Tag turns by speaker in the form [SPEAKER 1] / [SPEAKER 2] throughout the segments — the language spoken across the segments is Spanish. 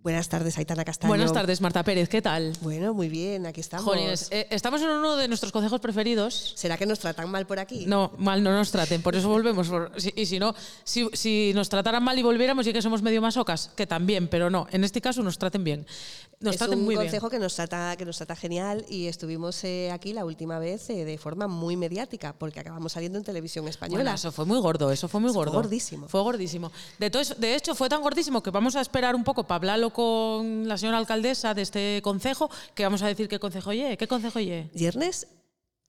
[SPEAKER 1] Buenas tardes, Aitana Castaño.
[SPEAKER 2] Buenas tardes, Marta Pérez, ¿qué tal?
[SPEAKER 1] Bueno, muy bien, aquí estamos.
[SPEAKER 2] Jolines, eh, estamos en uno de nuestros consejos preferidos.
[SPEAKER 1] ¿Será que nos tratan mal por aquí?
[SPEAKER 2] No, mal no nos traten, por eso volvemos. por- si- y si no, si, si nos trataran mal y volviéramos, sí que somos medio masocas, que también, pero no, en este caso nos traten bien. Nos
[SPEAKER 1] es
[SPEAKER 2] traten
[SPEAKER 1] un
[SPEAKER 2] muy bien.
[SPEAKER 1] consejo que nos trata que nos trata genial y estuvimos eh, aquí la última vez eh, de forma muy mediática porque acabamos saliendo en televisión española.
[SPEAKER 2] Bueno, eso fue muy gordo, eso fue muy
[SPEAKER 1] Fue
[SPEAKER 2] gordo.
[SPEAKER 1] gordísimo.
[SPEAKER 2] Fue gordísimo. De, todo eso- de hecho, fue tan gordísimo que vamos a esperar un poco para hablarlo con la señora alcaldesa de este concejo, que vamos a decir qué concejo ye, qué concejo ye.
[SPEAKER 1] Yernes,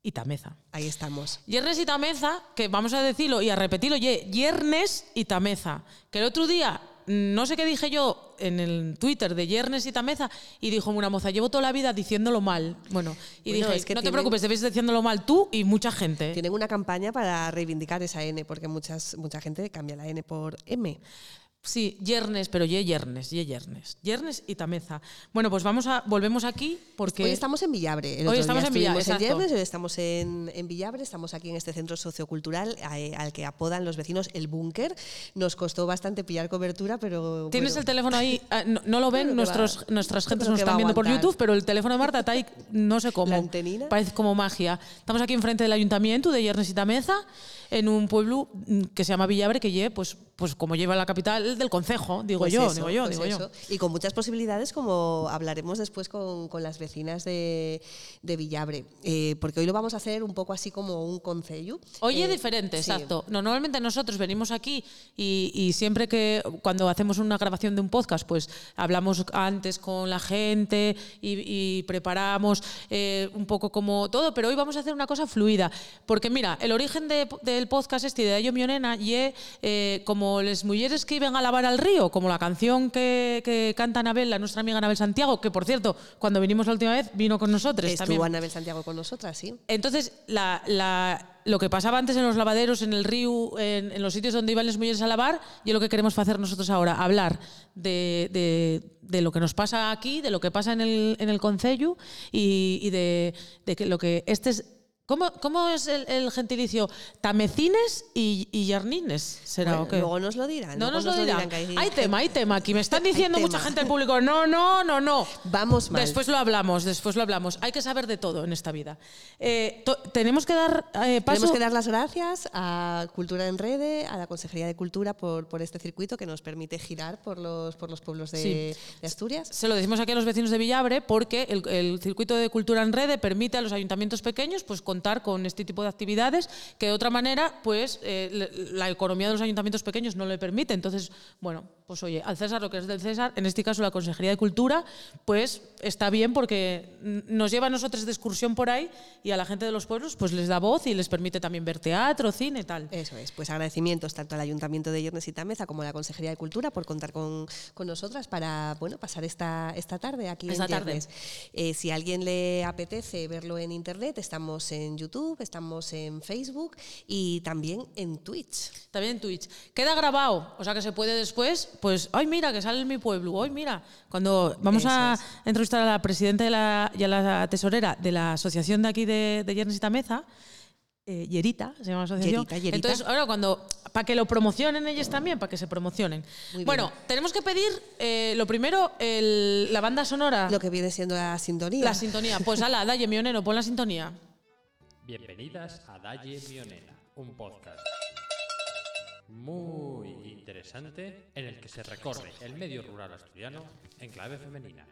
[SPEAKER 2] Y Tameza.
[SPEAKER 1] ahí estamos.
[SPEAKER 2] Yernes y Tameza, que vamos a decirlo y a repetirlo, ye, Yernes y Tameza. Que el otro día, mm, no sé qué dije yo en el Twitter de Yernes y Tameza, y dijo una moza, llevo toda la vida diciéndolo mal. Bueno, y
[SPEAKER 1] Bueno,
[SPEAKER 2] dije,
[SPEAKER 1] es que
[SPEAKER 2] no te
[SPEAKER 1] tienen-
[SPEAKER 2] preocupes, debes diciéndolo mal tú y mucha gente.
[SPEAKER 1] Tienen una campaña para reivindicar esa N porque muchas mucha gente cambia la N por M.
[SPEAKER 2] Sí, Yernes, pero ye Yernes, ye Yernes. Yernes y Tameza. Bueno, pues vamos a volvemos aquí porque
[SPEAKER 1] Pues Hoy estamos en Villabre. El
[SPEAKER 2] Hoy
[SPEAKER 1] otro día
[SPEAKER 2] estamos en Villa-
[SPEAKER 1] estuvimos
[SPEAKER 2] exacto.
[SPEAKER 1] Yernes, hoy estamos en, en Villabre, estamos aquí en este centro sociocultural eh, al que apodan los vecinos el búnker. Nos costó bastante pillar cobertura, pero
[SPEAKER 2] tienes
[SPEAKER 1] bueno.
[SPEAKER 2] el teléfono ahí, ah, no, no lo
[SPEAKER 1] creo
[SPEAKER 2] ven
[SPEAKER 1] que
[SPEAKER 2] nuestros
[SPEAKER 1] va-
[SPEAKER 2] nuestras
[SPEAKER 1] yo
[SPEAKER 2] gentes
[SPEAKER 1] creo
[SPEAKER 2] nos
[SPEAKER 1] que va a
[SPEAKER 2] están viendo por
[SPEAKER 1] aguantar.
[SPEAKER 2] YouTube, pero el teléfono de Marta está ahí, no sé cómo.
[SPEAKER 1] La antenina.
[SPEAKER 2] Parece como magia. Estamos aquí enfrente del ayuntamiento de Yernes y Tameza en un pueblo mm, que se llama Villabre que lle, pues pues como lleva la capital del concejo, digo
[SPEAKER 1] Pues
[SPEAKER 2] yo,
[SPEAKER 1] eso,
[SPEAKER 2] digo yo,
[SPEAKER 1] pues
[SPEAKER 2] digo yo.
[SPEAKER 1] eso. Y con muchas posibilidades, como hablaremos después con, con las vecinas de, de Villabre. Eh, porque hoy lo vamos a hacer un poco así como un concello.
[SPEAKER 2] Oye,
[SPEAKER 1] Eh,
[SPEAKER 2] diferente,
[SPEAKER 1] sí.
[SPEAKER 2] exacto. Normalmente nosotros venimos aquí y, y siempre que cuando hacemos una grabación de un podcast, pues hablamos antes con la gente y, y preparamos eh, un poco como todo, pero hoy vamos a hacer una cosa fluida. Porque mira, el origen de- del podcast este de Ayo Mionena y eh, como las mujeres que iban a lavar al río, como la canción que, que canta Anabel, la nuestra amiga Anabel Santiago, que por cierto, cuando vinimos la última vez vino con nosotros
[SPEAKER 1] Estuvo
[SPEAKER 2] también.
[SPEAKER 1] Anabel Santiago con nosotras, sí.
[SPEAKER 2] Entonces, la, la- lo que pasaba antes en los lavaderos, en el río, en, en los sitios donde iban las mujeres a lavar, y es lo que queremos hacer nosotros ahora, hablar de, de- de lo que nos pasa aquí, de lo que pasa en el, en el Concello y, y de, de que lo que este es. ¿Cómo, cómo es el, el gentilicio? Tamecines y, y yarnines, ¿será
[SPEAKER 1] Bueno,
[SPEAKER 2] o qué?
[SPEAKER 1] Luego nos lo dirán.
[SPEAKER 2] no
[SPEAKER 1] luego
[SPEAKER 2] nos lo dirán.
[SPEAKER 1] que
[SPEAKER 2] Hay,
[SPEAKER 1] gente-
[SPEAKER 2] tema, hay tema. Aquí me están diciendo
[SPEAKER 1] tema.
[SPEAKER 2] mucha gente del público, no, no, no, no.
[SPEAKER 1] Vamos mal.
[SPEAKER 2] Después lo hablamos, después lo hablamos. Hay que saber de todo en esta vida. Eh, to- tenemos que dar eh, paso.
[SPEAKER 1] Tenemos que dar las gracias a Cultura en Rede, a la Consejería de Cultura por, por este circuito que nos permite girar por los, por los pueblos de, de Asturias.
[SPEAKER 2] se lo decimos aquí a los vecinos de Villabre porque el, el circuito de cultura en red permite a los ayuntamientos pequeños pues contar con este tipo de actividades que de otra manera pues eh, le- la economía de los ayuntamientos pequeños no le permite entonces bueno pues oye al César lo que es del César en este caso la Consejería de Cultura pues está bien porque n- nos lleva a nosotros de excursión por ahí y a la gente de los pueblos pues les da voz y les permite también ver teatro cine tal
[SPEAKER 1] Eso es, pues agradecimientos tanto al Ayuntamiento de Yernes y Tameza como a la Consejería de Cultura por contar con, con nosotras para bueno, pasar esta, esta tarde aquí
[SPEAKER 2] Esta
[SPEAKER 1] en
[SPEAKER 2] tarde.
[SPEAKER 1] Yernes. Eh, si a alguien le apetece verlo en Internet, estamos en YouTube, estamos en Facebook y también en Twitch.
[SPEAKER 2] También en Twitch. Queda grabado, o sea que se puede después, pues, ay, mira, que sale en mi pueblo, ay, mira. Cuando vamos a
[SPEAKER 1] Eso
[SPEAKER 2] entrevistar a la presidenta de la- y a la tesorera de la asociación de aquí de, de Yernes y Tameza, eh, Yerita, se llama la asociación.
[SPEAKER 1] Yerita, Yerita.
[SPEAKER 2] Entonces, ahora cuando, para que lo promocionen ellos también, para que se promocionen.
[SPEAKER 1] Muy bien.
[SPEAKER 2] Bueno, tenemos que pedir, eh, lo primero, el- la banda sonora,
[SPEAKER 1] Lo que viene siendo la sintonía.
[SPEAKER 2] la sintonía. Pues, ala, dale, Mionero, pon la sintonía.
[SPEAKER 3] Bienvenidas a Dalle Mionena, un podcast muy interesante en el que se recorre el medio rural asturiano en clave femenina.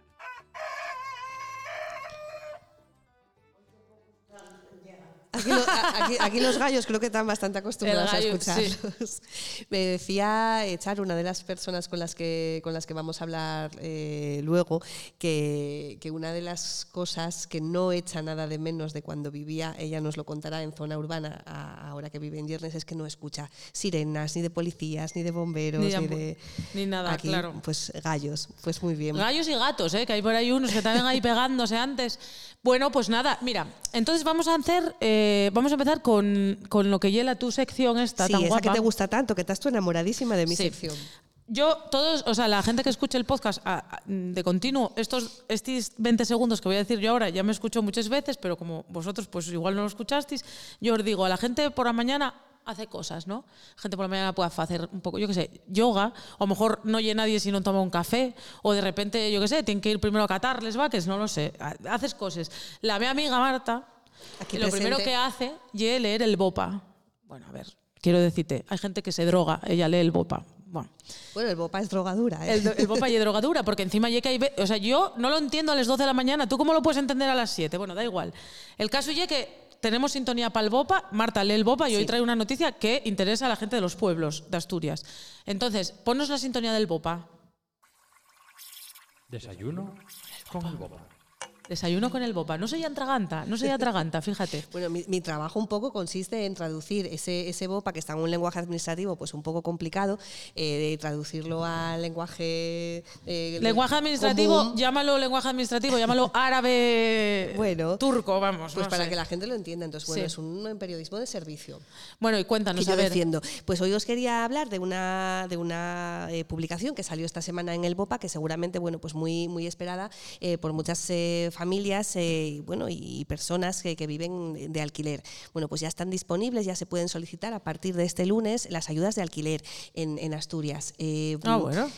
[SPEAKER 1] Aquí, lo- a- aquí- aquí los gallos creo que están bastante acostumbrados
[SPEAKER 2] El gallo,
[SPEAKER 1] a escucharlos. Me decía eh, Char, una de las personas con las que, con las que vamos a hablar eh, luego, que, que una de las cosas que no echa nada de menos de cuando vivía, ella nos lo contará en zona urbana, a- ahora que vive en Yernes, es que no escucha sirenas, ni de policías, ni de bomberos,
[SPEAKER 2] Ni
[SPEAKER 1] ni,
[SPEAKER 2] de ambu-
[SPEAKER 1] de...
[SPEAKER 2] ni nada,
[SPEAKER 1] Aquí,
[SPEAKER 2] claro.
[SPEAKER 1] Pues gallos, pues muy bien.
[SPEAKER 2] Gallos y gatos, ¿eh? que hay por ahí unos que estaban ahí pegándose antes. Bueno, pues nada, mira, entonces vamos a hacer, eh, vamos a empezar con, con lo que hiela tu sección esta
[SPEAKER 1] sí,
[SPEAKER 2] tan
[SPEAKER 1] esa
[SPEAKER 2] guapa.
[SPEAKER 1] que te gusta tanto, que estás tú enamoradísima de mi
[SPEAKER 2] Sí.
[SPEAKER 1] sección.
[SPEAKER 2] Yo, todos, o sea, la gente que escuche el podcast a- a- de continuo, estos, estos 20 segundos que voy a decir yo ahora, ya me escucho muchas veces, pero como vosotros pues igual no lo escuchasteis, yo os digo a la gente por la mañana, hace cosas, ¿no? Gente por la mañana puede hacer un poco, yo qué sé, yoga, o a lo mejor no oye nadie si no toma un café, o de repente, yo qué sé, tienen que ir primero a catar les vaques, no lo sé, ha- haces cosas. La mi amiga Marta,
[SPEAKER 1] Aquí
[SPEAKER 2] lo primero
[SPEAKER 1] presente.
[SPEAKER 2] que hace es leer el BOPA. Bueno, a ver, quiero decirte, hay gente que se droga, ella lee el BOPA. Bueno,
[SPEAKER 1] Bueno, el bopa es drogadura, ¿eh?
[SPEAKER 2] el, do- el bopa y drogadura, porque encima ya que hay... ve- O sea, yo no lo entiendo a las 12 de la mañana, ¿tú cómo lo puedes entender a las 7? Bueno, da igual. El caso ya que tenemos sintonía para el bopa, Marta lee el bopa y hoy trae una noticia que interesa a la gente de los pueblos de Asturias. Entonces, ponnos la sintonía del bopa.
[SPEAKER 3] Desayuno con el boba.
[SPEAKER 2] Desayuno con el bopa. No soy atraganta, no soy atraganta, fíjate.
[SPEAKER 1] Bueno, mi, mi trabajo un poco consiste en traducir ese, ese BOPA, que está en un lenguaje administrativo pues un poco complicado, eh, de traducirlo al lenguaje... eh,
[SPEAKER 2] Lenguaje administrativo,
[SPEAKER 1] común,
[SPEAKER 2] llámalo lenguaje administrativo, llámalo árabe
[SPEAKER 1] Bueno,
[SPEAKER 2] turco, vamos.
[SPEAKER 1] Pues
[SPEAKER 2] no
[SPEAKER 1] para
[SPEAKER 2] sé.
[SPEAKER 1] que la gente lo entienda. Entonces, bueno,
[SPEAKER 2] Sí.
[SPEAKER 1] es un periodismo de servicio.
[SPEAKER 2] Bueno, y
[SPEAKER 1] que
[SPEAKER 2] cuéntanos, a
[SPEAKER 1] yo
[SPEAKER 2] ver.
[SPEAKER 1] defiendo. Pues hoy os quería hablar de una, de una eh, publicación que salió esta semana en el BOPA, que seguramente, bueno, pues muy, muy esperada eh, por muchas eh, familias eh, y, bueno, y personas que, que viven de alquiler. Bueno, pues ya están disponibles, ya se pueden solicitar a partir de este lunes las ayudas de alquiler en, en Asturias. Eh,
[SPEAKER 2] Ah, bueno.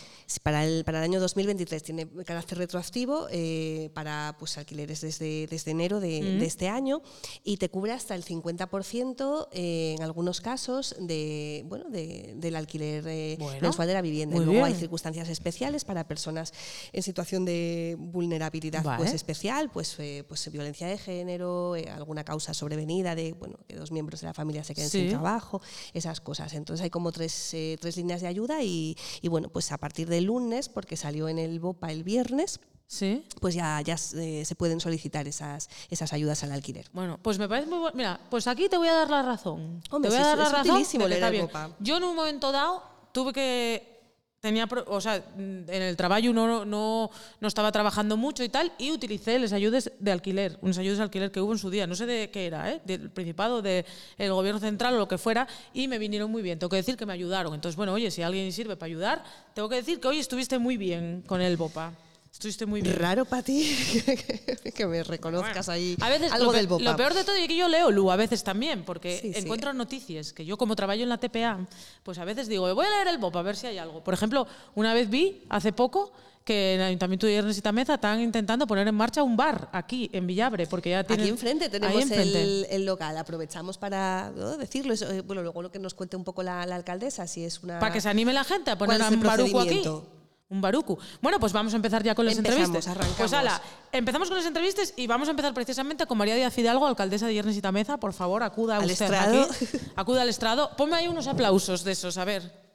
[SPEAKER 1] Para el, para el año 2023 tiene carácter retroactivo eh, para pues, alquileres desde, desde enero de,
[SPEAKER 2] Mm.
[SPEAKER 1] de este año y te cubre hasta el 50% eh, en algunos casos de, bueno, de- del alquiler eh,
[SPEAKER 2] Bueno,
[SPEAKER 1] mensual de la vivienda. Y
[SPEAKER 2] muy
[SPEAKER 1] Luego hay
[SPEAKER 2] bien.
[SPEAKER 1] circunstancias especiales para personas en situación de vulnerabilidad
[SPEAKER 2] Vale.
[SPEAKER 1] pues, especial, pues, eh, pues violencia de género, eh, alguna causa sobrevenida de bueno, que dos miembros de la familia se queden
[SPEAKER 2] Sí.
[SPEAKER 1] sin trabajo trabajo, esas cosas. Entonces hay como tres, eh, tres líneas de ayuda y, y bueno, pues a partir del lunes, porque salió en el BOPA el viernes,
[SPEAKER 2] Sí.
[SPEAKER 1] pues ya, ya eh, se pueden solicitar esas, esas ayudas al alquiler.
[SPEAKER 2] Bueno, pues me parece muy bueno. Mira, pues aquí te voy a dar la razón.
[SPEAKER 1] Hombre,
[SPEAKER 2] te
[SPEAKER 1] sí,
[SPEAKER 2] voy a dar
[SPEAKER 1] es-
[SPEAKER 2] la
[SPEAKER 1] es
[SPEAKER 2] razón. de
[SPEAKER 1] utilísimo
[SPEAKER 2] que
[SPEAKER 1] leer
[SPEAKER 2] está
[SPEAKER 1] el
[SPEAKER 2] bien.
[SPEAKER 1] Copa.
[SPEAKER 2] Yo en un momento dado tuve que tenía, pro- o sea, mm, en el trabajo no, no, no estaba trabajando mucho y tal y utilicé las ayudas de alquiler, unas ayudas de alquiler que hubo en su día, no sé de qué era, ¿eh? del Principado, del Gobierno Central o lo que fuera y me vinieron muy bien. Tengo que decir que me ayudaron. Entonces, bueno, oye, si alguien sirve para ayudar, tengo que decir que hoy estuviste muy bien con el Bopa. Estuviste muy bien.
[SPEAKER 1] Raro para ti que- que me reconozcas ahí
[SPEAKER 2] A veces
[SPEAKER 1] algo
[SPEAKER 2] lo, pe-
[SPEAKER 1] del BOPA.
[SPEAKER 2] lo peor de todo es que yo leo Lu a veces también, porque
[SPEAKER 1] Sí, sí.
[SPEAKER 2] encuentro noticias que yo como trabajo en la TPA, pues a veces digo, voy a leer el BOPA a ver si hay algo. Por ejemplo, una vez vi hace poco que en el Ayuntamiento de Hiernes y Tameza están intentando poner en marcha un bar aquí en Villabre, porque ya tienen
[SPEAKER 1] Aquí enfrente
[SPEAKER 2] ahí
[SPEAKER 1] tenemos
[SPEAKER 2] enfrente.
[SPEAKER 1] El, el local, aprovechamos para ¿no? decirlo. Eso, eh, bueno, luego lo que nos cuente un poco la, la alcaldesa, si es una...
[SPEAKER 2] para que se anime la gente a
[SPEAKER 1] ¿Cuál
[SPEAKER 2] poner
[SPEAKER 1] es
[SPEAKER 2] a
[SPEAKER 1] el
[SPEAKER 2] un baruco aquí.
[SPEAKER 1] procedimiento?
[SPEAKER 2] Un baruco. Bueno, pues vamos a empezar ya con las
[SPEAKER 1] Empezamos,
[SPEAKER 2] entrevistas.
[SPEAKER 1] arrancamos.
[SPEAKER 2] Pues ala, empezamos con las entrevistas y vamos a empezar precisamente con María Díaz Fidalgo, alcaldesa de Yernes y Tameza. Por favor, acuda
[SPEAKER 1] Al
[SPEAKER 2] usted
[SPEAKER 1] estrado.
[SPEAKER 2] aquí. Acuda al estrado. Ponme ahí unos aplausos de esos, a ver.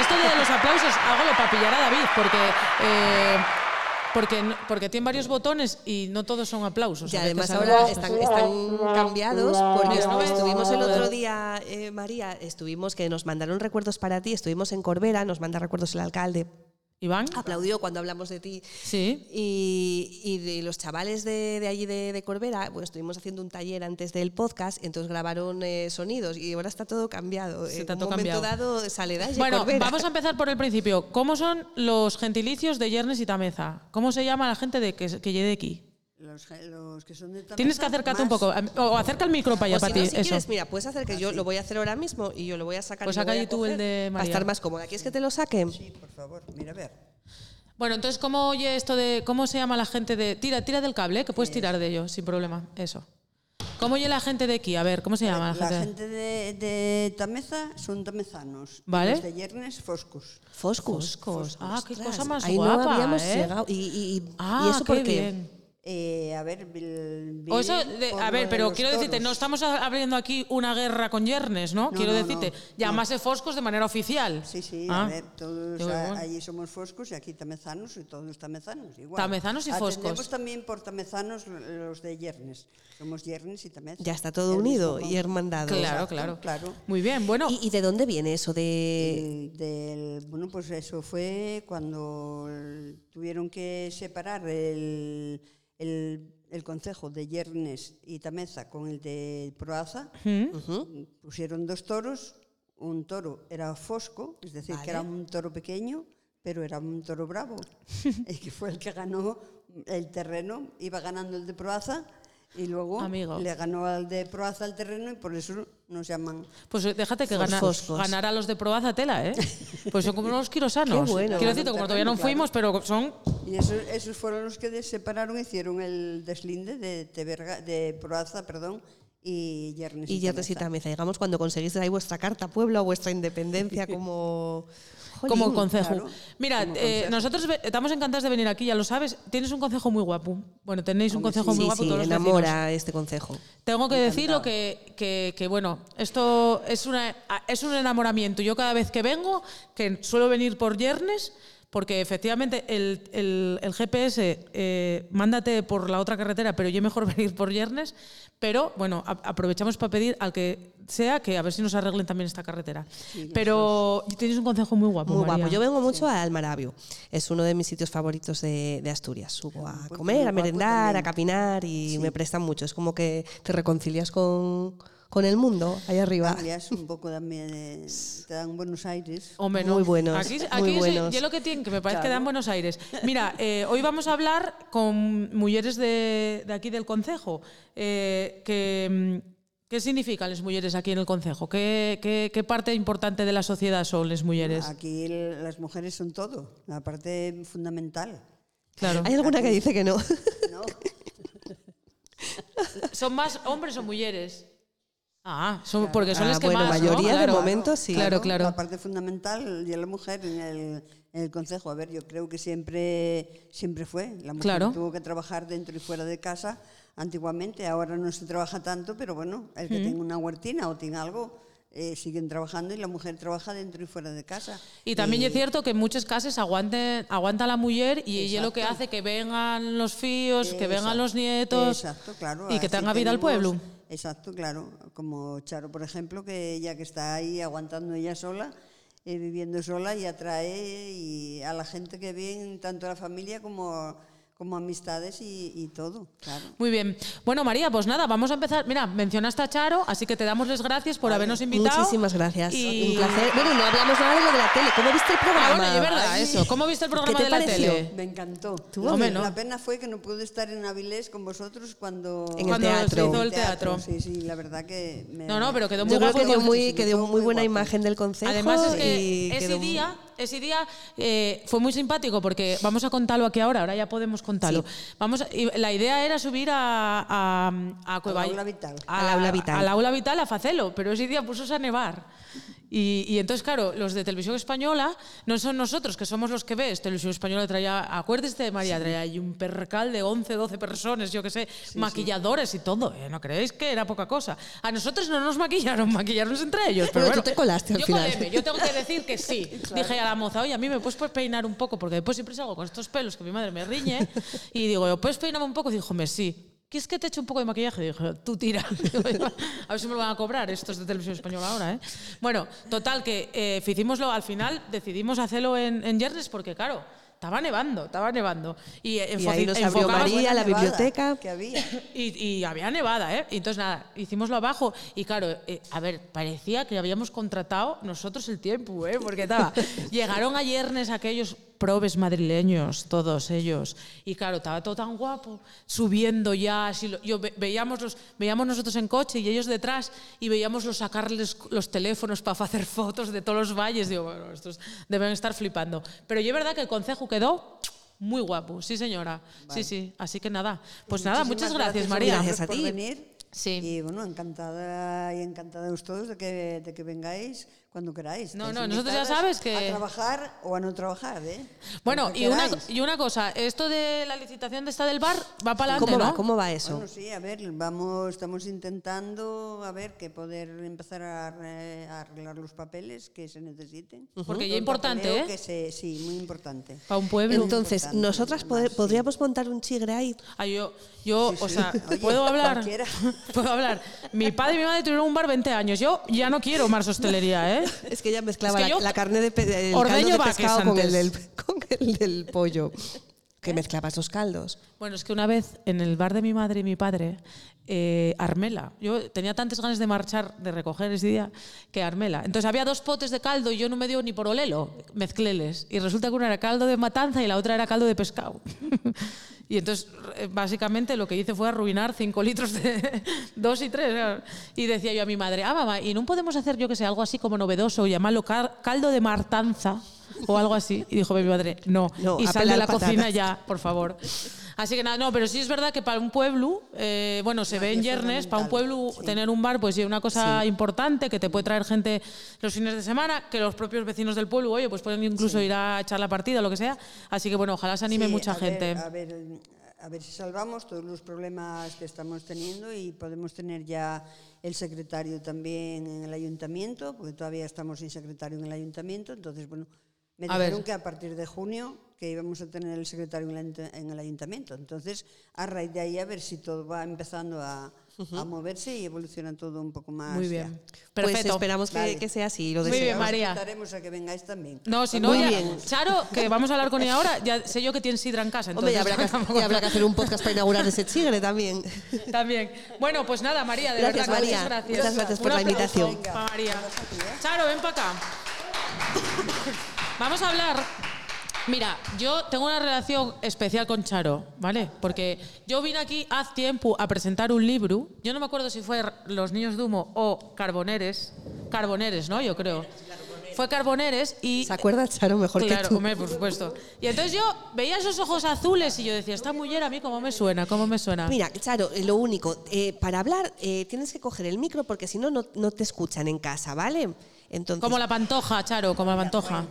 [SPEAKER 2] Esto de los aplausos, hágalo para pillar a David, porque... eh, porque, no- porque tiene varios botones y no todos son aplausos.
[SPEAKER 1] Y
[SPEAKER 2] a
[SPEAKER 1] además
[SPEAKER 2] veces algo-
[SPEAKER 1] ahora están, están cambiados porque
[SPEAKER 2] ¿Ves, no ves?
[SPEAKER 1] estuvimos el otro día, eh, María, estuvimos que nos mandaron recuerdos para ti, estuvimos en Corbera, nos manda recuerdos el alcalde,
[SPEAKER 2] Iván.
[SPEAKER 1] aplaudió cuando hablamos de ti.
[SPEAKER 2] Sí.
[SPEAKER 1] Y, y de los chavales de, de allí de, de Corbera, bueno, estuvimos haciendo un taller antes del podcast, entonces grabaron eh, sonidos y ahora está todo cambiado.
[SPEAKER 2] Sí,
[SPEAKER 1] En
[SPEAKER 2] está
[SPEAKER 1] un
[SPEAKER 2] todo
[SPEAKER 1] momento
[SPEAKER 2] cambiado.
[SPEAKER 1] dado sale Dalle
[SPEAKER 2] Bueno,
[SPEAKER 1] Corbera.
[SPEAKER 2] vamos a empezar por el principio. ¿Cómo son los gentilicios de Yernes y Tameza? ¿Cómo se llama la gente de que, que llegue aquí?
[SPEAKER 4] Los, los que son de
[SPEAKER 2] Tienes
[SPEAKER 4] Tarrasa,
[SPEAKER 2] que acercarte un
[SPEAKER 4] más.
[SPEAKER 2] poco. O acerca el micro para allá,
[SPEAKER 1] O si
[SPEAKER 2] para
[SPEAKER 1] no,
[SPEAKER 2] ti.
[SPEAKER 1] si
[SPEAKER 2] eso. Ah,
[SPEAKER 1] quieres, mira, puedes hacer que yo lo voy a hacer ahora mismo y yo lo voy a sacar.
[SPEAKER 2] Pues
[SPEAKER 1] y lo
[SPEAKER 2] saca
[SPEAKER 1] voy a
[SPEAKER 2] ahí tú el
[SPEAKER 1] coger
[SPEAKER 2] de
[SPEAKER 1] Para
[SPEAKER 2] María.
[SPEAKER 1] estar más cómoda. ¿Quieres que te lo saque?
[SPEAKER 4] Sí, por favor, mira, a ver.
[SPEAKER 2] Bueno, entonces, ¿cómo oye esto de cómo se llama la gente de. Tira, tira del cable, que puedes tirar de ello, sin problema. Eso. ¿Cómo oye la gente de aquí? A ver, ¿cómo se llama la
[SPEAKER 4] La
[SPEAKER 2] gente?
[SPEAKER 4] gente de, de Tameza son tamezanos. y
[SPEAKER 2] Vale.
[SPEAKER 4] Los de Yernes, Foscus.
[SPEAKER 1] Foscus.
[SPEAKER 2] Foscos. Ah, qué
[SPEAKER 1] Ostras,
[SPEAKER 2] cosa más
[SPEAKER 1] ahí
[SPEAKER 2] guapa,
[SPEAKER 1] no habíamos
[SPEAKER 2] ¿eh?
[SPEAKER 1] llegado. Y, y- y-
[SPEAKER 2] Ah,
[SPEAKER 1] ¿y eso por
[SPEAKER 2] qué
[SPEAKER 1] qué?
[SPEAKER 2] bien.
[SPEAKER 4] Eh, a ver, Bil-
[SPEAKER 2] O eso
[SPEAKER 4] Bilín,
[SPEAKER 2] de-
[SPEAKER 4] por
[SPEAKER 2] a
[SPEAKER 4] lo
[SPEAKER 2] ver,
[SPEAKER 4] de
[SPEAKER 2] pero
[SPEAKER 4] los
[SPEAKER 2] quiero decirte,
[SPEAKER 4] toros.
[SPEAKER 2] no estamos a- abriendo aquí una guerra con Yernes, ¿no?
[SPEAKER 4] No,
[SPEAKER 2] quiero
[SPEAKER 4] no,
[SPEAKER 2] decirte,
[SPEAKER 4] no, no.
[SPEAKER 2] llamase Foscos de manera oficial.
[SPEAKER 4] Sí, sí,
[SPEAKER 2] Ah,
[SPEAKER 4] a ver, todos
[SPEAKER 2] qué
[SPEAKER 4] a-
[SPEAKER 2] bueno.
[SPEAKER 4] allí somos Foscus y aquí tamezanos y todos tamezanos. Igual.
[SPEAKER 2] Tamezanos y foscos.
[SPEAKER 4] Atendemos también por tamezanos los de Yernes. Somos Yernes y Tameza.
[SPEAKER 1] Ya está todo
[SPEAKER 4] El
[SPEAKER 1] unido
[SPEAKER 4] mismo
[SPEAKER 1] y hermandado.
[SPEAKER 2] Claro,
[SPEAKER 4] Exacto,
[SPEAKER 2] claro.
[SPEAKER 4] claro.
[SPEAKER 2] Muy bien, bueno.
[SPEAKER 1] ¿Y, y de dónde viene eso de.?
[SPEAKER 4] El del- bueno, pues eso fue cuando el- tuvieron que separar el, el, el concejo de Yernes y Tameza con el de Proaza. Pusieron dos toros. Un toro era fosco, es decir, que era
[SPEAKER 1] Vale.
[SPEAKER 4] un toro pequeño, pero era un toro bravo. y que fue el que ganó el terreno, iba ganando el de Proaza. Y luego
[SPEAKER 2] Amigo.
[SPEAKER 4] le ganó al de Proaza el terreno y por eso nos llaman.
[SPEAKER 2] Pues eh, déjate que ganar,
[SPEAKER 1] Fosfos.
[SPEAKER 2] ganar a los de Proaza tela, ¿eh? Pues son como los quirosanos.
[SPEAKER 1] Qué bueno.
[SPEAKER 2] Quiero decirte, como todavía no
[SPEAKER 4] Claro.
[SPEAKER 2] fuimos, pero son
[SPEAKER 4] Y eso- esos fueron los que de- separaron, hicieron el deslinde de, Teberga- de Proaza perdón, y Yernes.
[SPEAKER 1] Y ya te mesa, digamos, cuando conseguís ahí vuestra carta pueblo o vuestra independencia como...
[SPEAKER 2] como
[SPEAKER 1] Jolín.
[SPEAKER 2] concejo.
[SPEAKER 4] claro,
[SPEAKER 2] Mira,
[SPEAKER 4] como
[SPEAKER 2] eh,
[SPEAKER 4] concejo.
[SPEAKER 2] nosotros ve- estamos encantados de venir aquí, ya lo sabes. Tienes un consejo muy guapo. Bueno, tenéis un
[SPEAKER 4] Hombre,
[SPEAKER 2] consejo muy
[SPEAKER 1] Sí,
[SPEAKER 2] guapo
[SPEAKER 1] sí,
[SPEAKER 2] todos los vecinos.
[SPEAKER 1] enamora este concejo.
[SPEAKER 2] Tengo que decirlo que, que- que, bueno, esto es, una, es un enamoramiento. Yo cada vez que vengo, que suelo venir por viernes, porque efectivamente el, el- el GPS, eh, mándate por la otra carretera, pero yo mejor venir por viernes. Pero bueno, a- aprovechamos para pedir al que sea que a ver si nos arreglen también esta carretera. pero tienes un consejo muy guapo.
[SPEAKER 1] Muy guapo.
[SPEAKER 2] María.
[SPEAKER 1] Yo vengo mucho a Almaravio. Es uno de mis sitios favoritos de, de Asturias. Subo a
[SPEAKER 4] Pues muy
[SPEAKER 1] comer, a
[SPEAKER 4] guapo
[SPEAKER 1] merendar, a
[SPEAKER 4] también.
[SPEAKER 1] capinar y me prestan mucho. Es como que te reconcilias con, con el mundo allá arriba.
[SPEAKER 4] Cambias un poco también, eh, te dan Buenos Aires.
[SPEAKER 2] O menos.
[SPEAKER 1] Muy buenos,
[SPEAKER 2] Aquí,
[SPEAKER 1] muy
[SPEAKER 2] aquí sí,
[SPEAKER 1] buenos.
[SPEAKER 2] yo lo que tienen, que me parece que
[SPEAKER 4] Claro.
[SPEAKER 2] dan Buenos Aires. Mira, eh, hoy vamos a hablar con mujeres de, de aquí del Concejo. Eh, que, mm, ¿Qué significan las mujeres aquí en el Concejo? ¿Qué, qué, qué parte importante de la sociedad son las mujeres?
[SPEAKER 1] Ah,
[SPEAKER 4] Aquí el- las mujeres son todo, la parte fundamental.
[SPEAKER 2] Claro.
[SPEAKER 1] Hay alguna que dice que no.
[SPEAKER 4] ¿no?
[SPEAKER 2] ¿Son más hombres o mujeres? Ah, son, porque son
[SPEAKER 1] Ah,
[SPEAKER 2] las que
[SPEAKER 1] bueno,
[SPEAKER 2] más. ¿no?
[SPEAKER 1] mayoría de
[SPEAKER 2] Claro.
[SPEAKER 1] momento sí.
[SPEAKER 2] Claro, claro.
[SPEAKER 4] La parte fundamental de la mujer en el, en el consejo. A ver, yo creo que siempre, siempre fue. La mujer
[SPEAKER 2] Claro.
[SPEAKER 4] tuvo que trabajar dentro y fuera de casa antiguamente. Ahora no se trabaja tanto, pero bueno, el
[SPEAKER 2] Mm.
[SPEAKER 4] que tenga una huertina o tenga algo, eh, siguen trabajando y la mujer trabaja dentro y fuera de casa.
[SPEAKER 2] Y también es cierto que en muchas casas aguante, aguanta la mujer y ella lo que hace que vengan los fíos, que vengan
[SPEAKER 4] Exacto.
[SPEAKER 2] los nietos
[SPEAKER 4] Exacto, claro,
[SPEAKER 2] y que
[SPEAKER 4] así
[SPEAKER 2] tenga vida al
[SPEAKER 4] tenemos-
[SPEAKER 2] pueblo.
[SPEAKER 4] Exacto, claro. Como Charo, por ejemplo, que ella que está ahí aguantando ella sola, eh, viviendo sola y atrae y a la gente que viene, tanto a la familia como, como amistades y, y todo, claro.
[SPEAKER 2] Muy bien. Bueno, María, pues nada, vamos a empezar. Mira, mencionaste a Charo, así que te damos las gracias por habernos invitado.
[SPEAKER 1] Muchísimas gracias.
[SPEAKER 2] Y-
[SPEAKER 1] Un placer. Bueno, no hablamos nada de lo de la tele. ¿Cómo viste el programa?
[SPEAKER 2] Ah, bueno, es verdad,
[SPEAKER 1] Ay.
[SPEAKER 2] eso. ¿Cómo viste el programa
[SPEAKER 1] te
[SPEAKER 2] de la
[SPEAKER 1] pareció?
[SPEAKER 2] tele?
[SPEAKER 4] Me encantó.
[SPEAKER 2] Hombre, no.
[SPEAKER 4] La pena fue que no pude estar en Avilés con vosotros cuando...
[SPEAKER 1] En el
[SPEAKER 2] Cuando se
[SPEAKER 1] teatro.
[SPEAKER 2] hizo el teatro.
[SPEAKER 4] Sí, sí, la verdad que... me-
[SPEAKER 2] No, no, pero quedó muy
[SPEAKER 1] Yo creo
[SPEAKER 2] guapo
[SPEAKER 1] que dio
[SPEAKER 2] porque
[SPEAKER 1] muy, que dio muy buena
[SPEAKER 4] guapo.
[SPEAKER 1] imagen del concejo.
[SPEAKER 2] Además es
[SPEAKER 1] y
[SPEAKER 2] que ese
[SPEAKER 1] quedó-
[SPEAKER 2] día, ese día eh, fue muy simpático porque vamos a contarlo aquí ahora, ahora ya podemos contarlo. Vamos, a- y la idea era subir a a, a Cueva-
[SPEAKER 4] aula vital.
[SPEAKER 1] Al aula vital.
[SPEAKER 2] al aula vital a facelo, pero ese día puso a nevar. Y, y entonces, claro, los de Televisión Española no son nosotros, que somos los que ves. Televisión Española traía, acuérdese de María, traía ahí un percal de 11, 12 personas, yo qué sé, maquilladores y todo, ¿eh? ¿No creéis que era poca cosa? A nosotros no nos maquillaron, maquillaron entre ellos. Pero
[SPEAKER 1] Bueno, tú
[SPEAKER 2] bueno,
[SPEAKER 1] te colaste al
[SPEAKER 2] yo
[SPEAKER 1] final.
[SPEAKER 2] coléme, yo tengo que decir que sí. Dije a la moza, oye, a mí me puedes pues, peinar un poco, porque después siempre salgo con estos pelos que mi madre me riñe. Y digo, yo, ¿puedes peinarme un poco? Dijo, me sí. ¿Quieres que te eche un poco de maquillaje? Dijo, tú tira. Digo, a ver si me lo van a cobrar estos de televisión española ahora. ¿eh? Bueno, total, que eh, hicimoslo al final, decidimos hacerlo en, en Yernes, porque claro, estaba nevando, estaba nevando. Y, eh,
[SPEAKER 1] Y ahí
[SPEAKER 2] enfo-
[SPEAKER 1] nos abrió
[SPEAKER 2] enfocabas-
[SPEAKER 1] María, la
[SPEAKER 4] Nevada
[SPEAKER 1] biblioteca.
[SPEAKER 4] Que había.
[SPEAKER 2] y, y había nevada, ¿eh? Y Entonces, nada, hicimoslo abajo. Y claro, eh, a ver, parecía que habíamos contratado nosotros el tiempo, ¿eh? Porque estaba. llegaron a Yernes aquellos probes madrileños, todos ellos. Y claro, estaba todo tan guapo, subiendo ya. Así lo- yo ve- veíamos, los, veíamos nosotros en coche y ellos detrás, y veíamos los sacarles los teléfonos para hacer fotos de todos los valles. Digo, bueno, estos deben estar flipando. Pero yo, es verdad que el concejo quedó. Muy guapo, sí señora. Sí, sí. Así que nada. Pues nada,
[SPEAKER 4] Muchísimas
[SPEAKER 2] muchas gracias,
[SPEAKER 4] a
[SPEAKER 2] María.
[SPEAKER 1] Gracias a
[SPEAKER 4] por
[SPEAKER 1] ti.
[SPEAKER 4] venir.
[SPEAKER 2] Sí.
[SPEAKER 4] Y bueno, encantada y encantados todos de que, de que vengáis cuando queráis.
[SPEAKER 2] No, no,
[SPEAKER 4] Estáis
[SPEAKER 2] nosotros ya
[SPEAKER 4] invitadas
[SPEAKER 2] sabes que-
[SPEAKER 4] A trabajar o a no trabajar, ¿eh?
[SPEAKER 2] Bueno,
[SPEAKER 4] Cuando
[SPEAKER 2] y una,
[SPEAKER 4] queráis.
[SPEAKER 2] y una cosa, esto de la licitación de esta del bar va para adelante,
[SPEAKER 1] ¿Cómo
[SPEAKER 2] ¿no?
[SPEAKER 1] va? ¿Cómo va eso?
[SPEAKER 4] Bueno, sí, a ver, vamos, estamos intentando, a ver, que poder empezar a, arre- a arreglar los papeles que se necesiten.
[SPEAKER 2] Porque ya
[SPEAKER 4] El
[SPEAKER 2] importante,
[SPEAKER 4] papeleo
[SPEAKER 2] ¿eh?
[SPEAKER 4] que se- sí, muy importante.
[SPEAKER 2] Para un pueblo.
[SPEAKER 1] Entonces,
[SPEAKER 4] importante,
[SPEAKER 1] nosotras
[SPEAKER 4] además,
[SPEAKER 1] poder-
[SPEAKER 4] sí.
[SPEAKER 1] podríamos montar un chigre ahí.
[SPEAKER 2] Ah, yo, yo
[SPEAKER 4] Sí,
[SPEAKER 2] o
[SPEAKER 4] sí.
[SPEAKER 2] sea,
[SPEAKER 4] Oye,
[SPEAKER 2] ¿puedo hablar?
[SPEAKER 4] cualquiera.
[SPEAKER 2] Puedo hablar. Mi padre y mi madre tuvieron un bar 20 años. Yo ya no quiero más hostelería, ¿eh?
[SPEAKER 1] Es que ya mezclaba
[SPEAKER 2] Es que
[SPEAKER 1] la,
[SPEAKER 2] yo
[SPEAKER 1] la carne de, pe- el
[SPEAKER 2] ordeño
[SPEAKER 1] caldo de
[SPEAKER 2] vaques
[SPEAKER 1] pescado con el,
[SPEAKER 2] antes.
[SPEAKER 1] del, con el del pollo.
[SPEAKER 2] ¿Eh?
[SPEAKER 1] que mezclabas los caldos.
[SPEAKER 2] Bueno, es que una vez en el bar de mi madre y mi padre, eh, Armela, yo tenía tantas ganas de marchar, de recoger ese día, que Armela. Entonces había dos potes de caldo y yo no me dio ni por olelo, mezcléles. Y resulta que uno era caldo de matanza y la otra era caldo de pescado. y entonces, eh, básicamente, lo que hice fue arruinar cinco litros de dos y tres. claro. Y decía yo a mi madre, ah, mamá, ¿y no podemos hacer, yo que sé, algo así como novedoso, llamarlo car- caldo de martanza? O algo así. Y dijo mi madre, no.
[SPEAKER 1] No,
[SPEAKER 2] y
[SPEAKER 1] a
[SPEAKER 2] sal de
[SPEAKER 1] pelar
[SPEAKER 2] la cocina
[SPEAKER 1] patatas.
[SPEAKER 2] ya, por favor. Así que nada, no, pero sí es verdad que para un pueblo, eh, bueno, se
[SPEAKER 4] No,
[SPEAKER 2] ve
[SPEAKER 4] y
[SPEAKER 2] en
[SPEAKER 4] es
[SPEAKER 2] Yernes, para un pueblo
[SPEAKER 4] fundamental, sí.
[SPEAKER 2] tener un bar, pues es una cosa importante que te puede traer gente los fines de semana, que los propios vecinos del pueblo, oye, pues pueden incluso ir a echar la partida o lo que sea. Así que bueno, ojalá se anime
[SPEAKER 4] Sí,
[SPEAKER 2] mucha
[SPEAKER 4] a ver-
[SPEAKER 2] gente.
[SPEAKER 4] a, ver, a ver si salvamos todos los problemas que estamos teniendo y podemos tener ya el secretario también en el ayuntamiento, porque todavía estamos sin secretario en el ayuntamiento. Entonces, bueno, me
[SPEAKER 2] A
[SPEAKER 4] dijeron
[SPEAKER 2] ver.
[SPEAKER 4] que a partir de junio que íbamos a tener el secretario en el, ayunta- en el ayuntamiento. Entonces, a raíz de ahí a ver si todo va empezando a, a moverse y evoluciona todo un poco más.
[SPEAKER 2] Muy
[SPEAKER 4] ya.
[SPEAKER 2] bien.
[SPEAKER 1] Pues
[SPEAKER 2] Perfecto.
[SPEAKER 1] esperamos que,
[SPEAKER 4] Vale.
[SPEAKER 1] que sea así, lo
[SPEAKER 2] Muy
[SPEAKER 1] deseamos.
[SPEAKER 2] bien, María.
[SPEAKER 4] Estaremos a que vengáis también.
[SPEAKER 2] no, si no,
[SPEAKER 1] Muy
[SPEAKER 2] ya,
[SPEAKER 1] bien.
[SPEAKER 2] Charo, que vamos a hablar con ella ahora, ya sé yo que tiene sidra en casa.
[SPEAKER 1] Hombre,
[SPEAKER 2] Entonces,
[SPEAKER 1] ya habrá, que,
[SPEAKER 2] tampoco-
[SPEAKER 1] ya habrá que hacer un podcast para inaugurar ese chigre también.
[SPEAKER 2] También. Bueno, pues nada, María, de
[SPEAKER 1] Gracias,
[SPEAKER 2] verdad,
[SPEAKER 1] María.
[SPEAKER 2] muchas gracias.
[SPEAKER 1] Muchas gracias por
[SPEAKER 2] Un
[SPEAKER 1] la
[SPEAKER 2] aplauso
[SPEAKER 1] invitación.
[SPEAKER 2] para María. Charo, ven para acá. Vamos a hablar. Mira, yo tengo una relación especial con Charo, ¿vale? Porque yo vine aquí hace tiempo a presentar un libro. Yo no me acuerdo si fue Los Niños de Humo o Carboneres. Carboneres, ¿no? Yo creo. Fue Carboneres y
[SPEAKER 1] ¿Se acuerda, Charo? Mejor
[SPEAKER 2] claro,
[SPEAKER 1] que tú.
[SPEAKER 2] hombre, por supuesto. Y entonces yo veía esos ojos azules y yo decía, esta mujer a mí cómo me suena, cómo me suena.
[SPEAKER 1] Mira, Charo, eh, lo único, eh, para hablar eh, tienes que coger el micro porque si no, no, no te escuchan en casa, ¿vale? Entonces,
[SPEAKER 2] Como la pantoja, Charo, como la pantoja.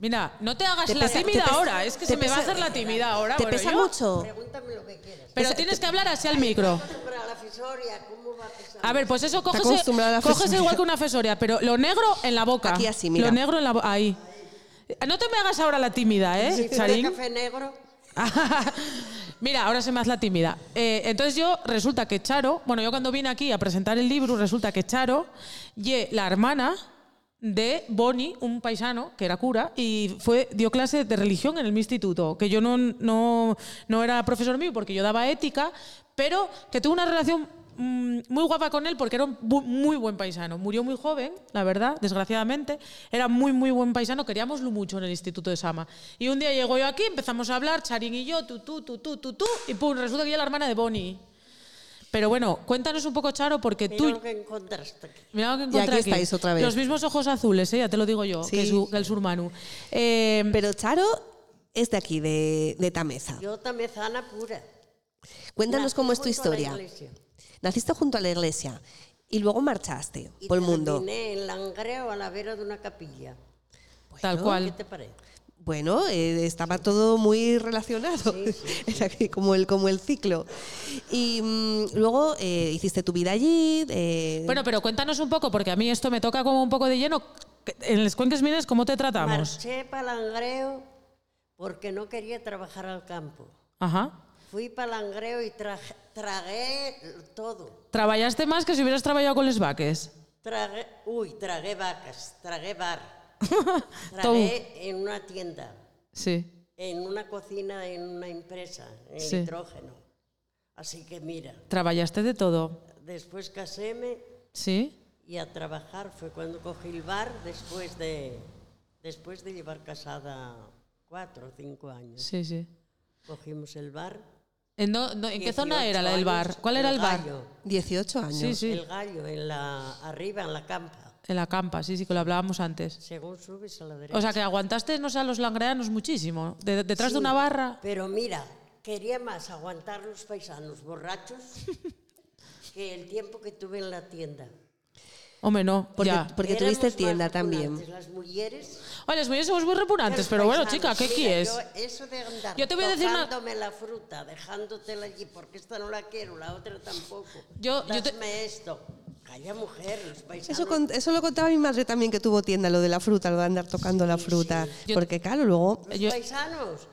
[SPEAKER 2] Mira, no te hagas
[SPEAKER 1] Te
[SPEAKER 2] la
[SPEAKER 1] pesa- te
[SPEAKER 2] tímida
[SPEAKER 1] pesa-
[SPEAKER 2] ahora, es que
[SPEAKER 1] te
[SPEAKER 2] se me va a
[SPEAKER 1] pesa-
[SPEAKER 2] hacer la tímida ahora.
[SPEAKER 1] ¿te
[SPEAKER 2] bueno,
[SPEAKER 1] pesa
[SPEAKER 2] yo-
[SPEAKER 1] mucho?
[SPEAKER 2] Pero
[SPEAKER 1] pesa-
[SPEAKER 2] tienes que hablar así al micro.
[SPEAKER 5] Para la fisoria, ¿cómo va a pesar?
[SPEAKER 2] A ver, pues eso, cógese,
[SPEAKER 1] acostumbrada a la
[SPEAKER 2] cógese
[SPEAKER 1] fesoria.
[SPEAKER 2] igual que una fesoria, pero lo negro en la boca.
[SPEAKER 1] Aquí así, mira.
[SPEAKER 2] Lo negro en la boca, ahí. No te me hagas ahora la tímida, ¿eh,
[SPEAKER 5] Si fuera
[SPEAKER 2] Charín?
[SPEAKER 5] café negro,
[SPEAKER 2] Mira, ahora se me hace la tímida. Eh, entonces yo, resulta que Charo, bueno, yo cuando vine aquí a presentar el libro, resulta que Charo, ye la hermana de Boni, un paisano que era cura, y fue, dio clase de religión en el mi instituto, que yo no, no, no era profesor mío porque yo daba ética, pero que tuve una relación mm, muy guapa con él porque era un bu- muy buen paisano. Murió muy joven, la verdad, desgraciadamente. Era muy, muy buen paisano. Queríamoslo mucho en el Instituto de Sama. Y un día llegó yo aquí, empezamos a hablar, Charín y yo, tú, tú, tú, tú, tú, tú, y pum, resulta que yo era la hermana de Bonnie. Pero bueno, cuéntanos un poco, Charo, porque
[SPEAKER 5] mira
[SPEAKER 2] tú...
[SPEAKER 5] lo que encontraste aquí.
[SPEAKER 2] Mira lo que
[SPEAKER 1] Y
[SPEAKER 2] encontré
[SPEAKER 1] aquí estáis otra vez.
[SPEAKER 2] Los mismos ojos azules, ¿eh? ya te lo digo yo,
[SPEAKER 1] Sí.
[SPEAKER 2] que, su- que el surmanu. Eh,
[SPEAKER 1] Pero Charo es de aquí, de, de Tameza.
[SPEAKER 5] Yo tamezana pura.
[SPEAKER 1] Cuéntanos
[SPEAKER 5] Nací
[SPEAKER 1] cómo es tu
[SPEAKER 5] junto a la
[SPEAKER 1] historia.
[SPEAKER 5] iglesia.
[SPEAKER 1] Naciste junto a la iglesia y luego marchaste
[SPEAKER 5] Y
[SPEAKER 1] por el mundo.
[SPEAKER 5] terminé en Langreo a la vera de una capilla.
[SPEAKER 2] tal
[SPEAKER 5] ¿Qué
[SPEAKER 2] cual.
[SPEAKER 5] te parece?
[SPEAKER 1] Bueno, eh, estaba todo muy relacionado, Era aquí como, el, como el ciclo. Y mm, luego eh, hiciste tu vida allí. eh,
[SPEAKER 2] Bueno, pero cuéntanos un poco, porque a mí esto me toca como un poco de lleno. En las Cuenques Mines, ¿cómo te tratamos?
[SPEAKER 5] Marché para Langreo porque no quería trabajar al campo.
[SPEAKER 2] Ajá.
[SPEAKER 5] Fui para Langreo y traje- tragué todo.
[SPEAKER 2] Traballaste más que si hubieras trabajado con los vaques.
[SPEAKER 5] Tragué, uy, tragué vacas, tragué bar.
[SPEAKER 2] Todo.
[SPEAKER 5] Tragué en una tienda,
[SPEAKER 2] Sí.
[SPEAKER 5] en una cocina, en una empresa, en
[SPEAKER 2] Sí.
[SPEAKER 5] hidrógeno. Así que mira,
[SPEAKER 2] Traballaste de todo.
[SPEAKER 5] Después caséme
[SPEAKER 2] Sí.
[SPEAKER 5] y a trabajar fue cuando cogí el bar después de, después de llevar casada cuatro o cinco años.
[SPEAKER 2] Sí, sí.
[SPEAKER 5] Cogimos el bar.
[SPEAKER 2] ¿En, do- no- en qué zona
[SPEAKER 5] 18
[SPEAKER 2] era la del bar?
[SPEAKER 5] años,
[SPEAKER 2] ¿Cuál era el bar?
[SPEAKER 5] Gallo,
[SPEAKER 1] 18 años.
[SPEAKER 2] Sí, sí.
[SPEAKER 5] El gallo, en la, arriba, en la campa.
[SPEAKER 2] En la campa, sí, sí, que lo hablábamos antes.
[SPEAKER 5] Según subes a la derecha.
[SPEAKER 2] O sea, que aguantaste, no sé, a los langreanos muchísimo. De- detrás de una barra.
[SPEAKER 5] Pero mira, quería más aguantar los paisanos borrachos que el tiempo que tuve en la tienda.
[SPEAKER 2] Hombre, no.
[SPEAKER 1] Porque,
[SPEAKER 2] ya.
[SPEAKER 1] porque
[SPEAKER 5] Éramos
[SPEAKER 1] tuviste
[SPEAKER 5] más
[SPEAKER 1] tienda también.
[SPEAKER 5] repugnantes Las mujeres
[SPEAKER 2] Oye, los míos somos muy repugnantes,
[SPEAKER 5] Los
[SPEAKER 2] pero bueno, chica,
[SPEAKER 5] paisanos,
[SPEAKER 2] ¿qué
[SPEAKER 5] mira,
[SPEAKER 2] quieres?
[SPEAKER 5] Yo, eso de andar
[SPEAKER 2] Yo te voy a decir una-
[SPEAKER 5] tocándome la fruta, dejándotela allí, porque esta no la quiero, la otra tampoco.
[SPEAKER 2] Yo- yo te-
[SPEAKER 5] Dame esto. Calla, mujer, los paisanos.
[SPEAKER 1] Eso, con- eso lo contaba mi madre también que tuvo tienda, lo de la fruta, lo de andar tocando la fruta.
[SPEAKER 2] Yo-
[SPEAKER 1] Porque claro, luego
[SPEAKER 5] Los
[SPEAKER 2] yo-
[SPEAKER 5] paisanos.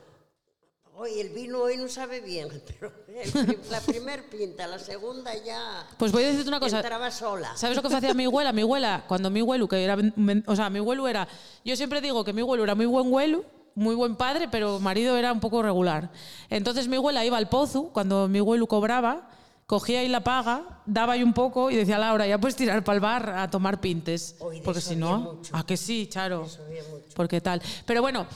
[SPEAKER 5] Hoy el vino hoy no sabe bien, pero el pri- la primer pinta, la segunda ya
[SPEAKER 2] Pues voy a decirte una cosa.
[SPEAKER 5] entraba sola.
[SPEAKER 2] ¿Sabes lo que hacía mi abuela? Mi abuela, cuando mi abuelo, que era. men- O sea, mi abuelo era. Yo siempre digo que mi abuelo era muy buen abuelo, muy buen padre, pero marido era un poco regular. Entonces mi abuela iba al pozo, cuando mi abuelo cobraba, cogía ahí la paga, daba ahí un poco y decía, Laura, ya puedes tirar para el bar a tomar pintes.
[SPEAKER 5] Oy, de
[SPEAKER 2] porque
[SPEAKER 5] eso
[SPEAKER 2] si
[SPEAKER 5] había
[SPEAKER 2] no,
[SPEAKER 5] mucho.
[SPEAKER 2] ¿a que sí, Charo?
[SPEAKER 5] Eso había mucho.
[SPEAKER 2] Porque tal. Pero bueno,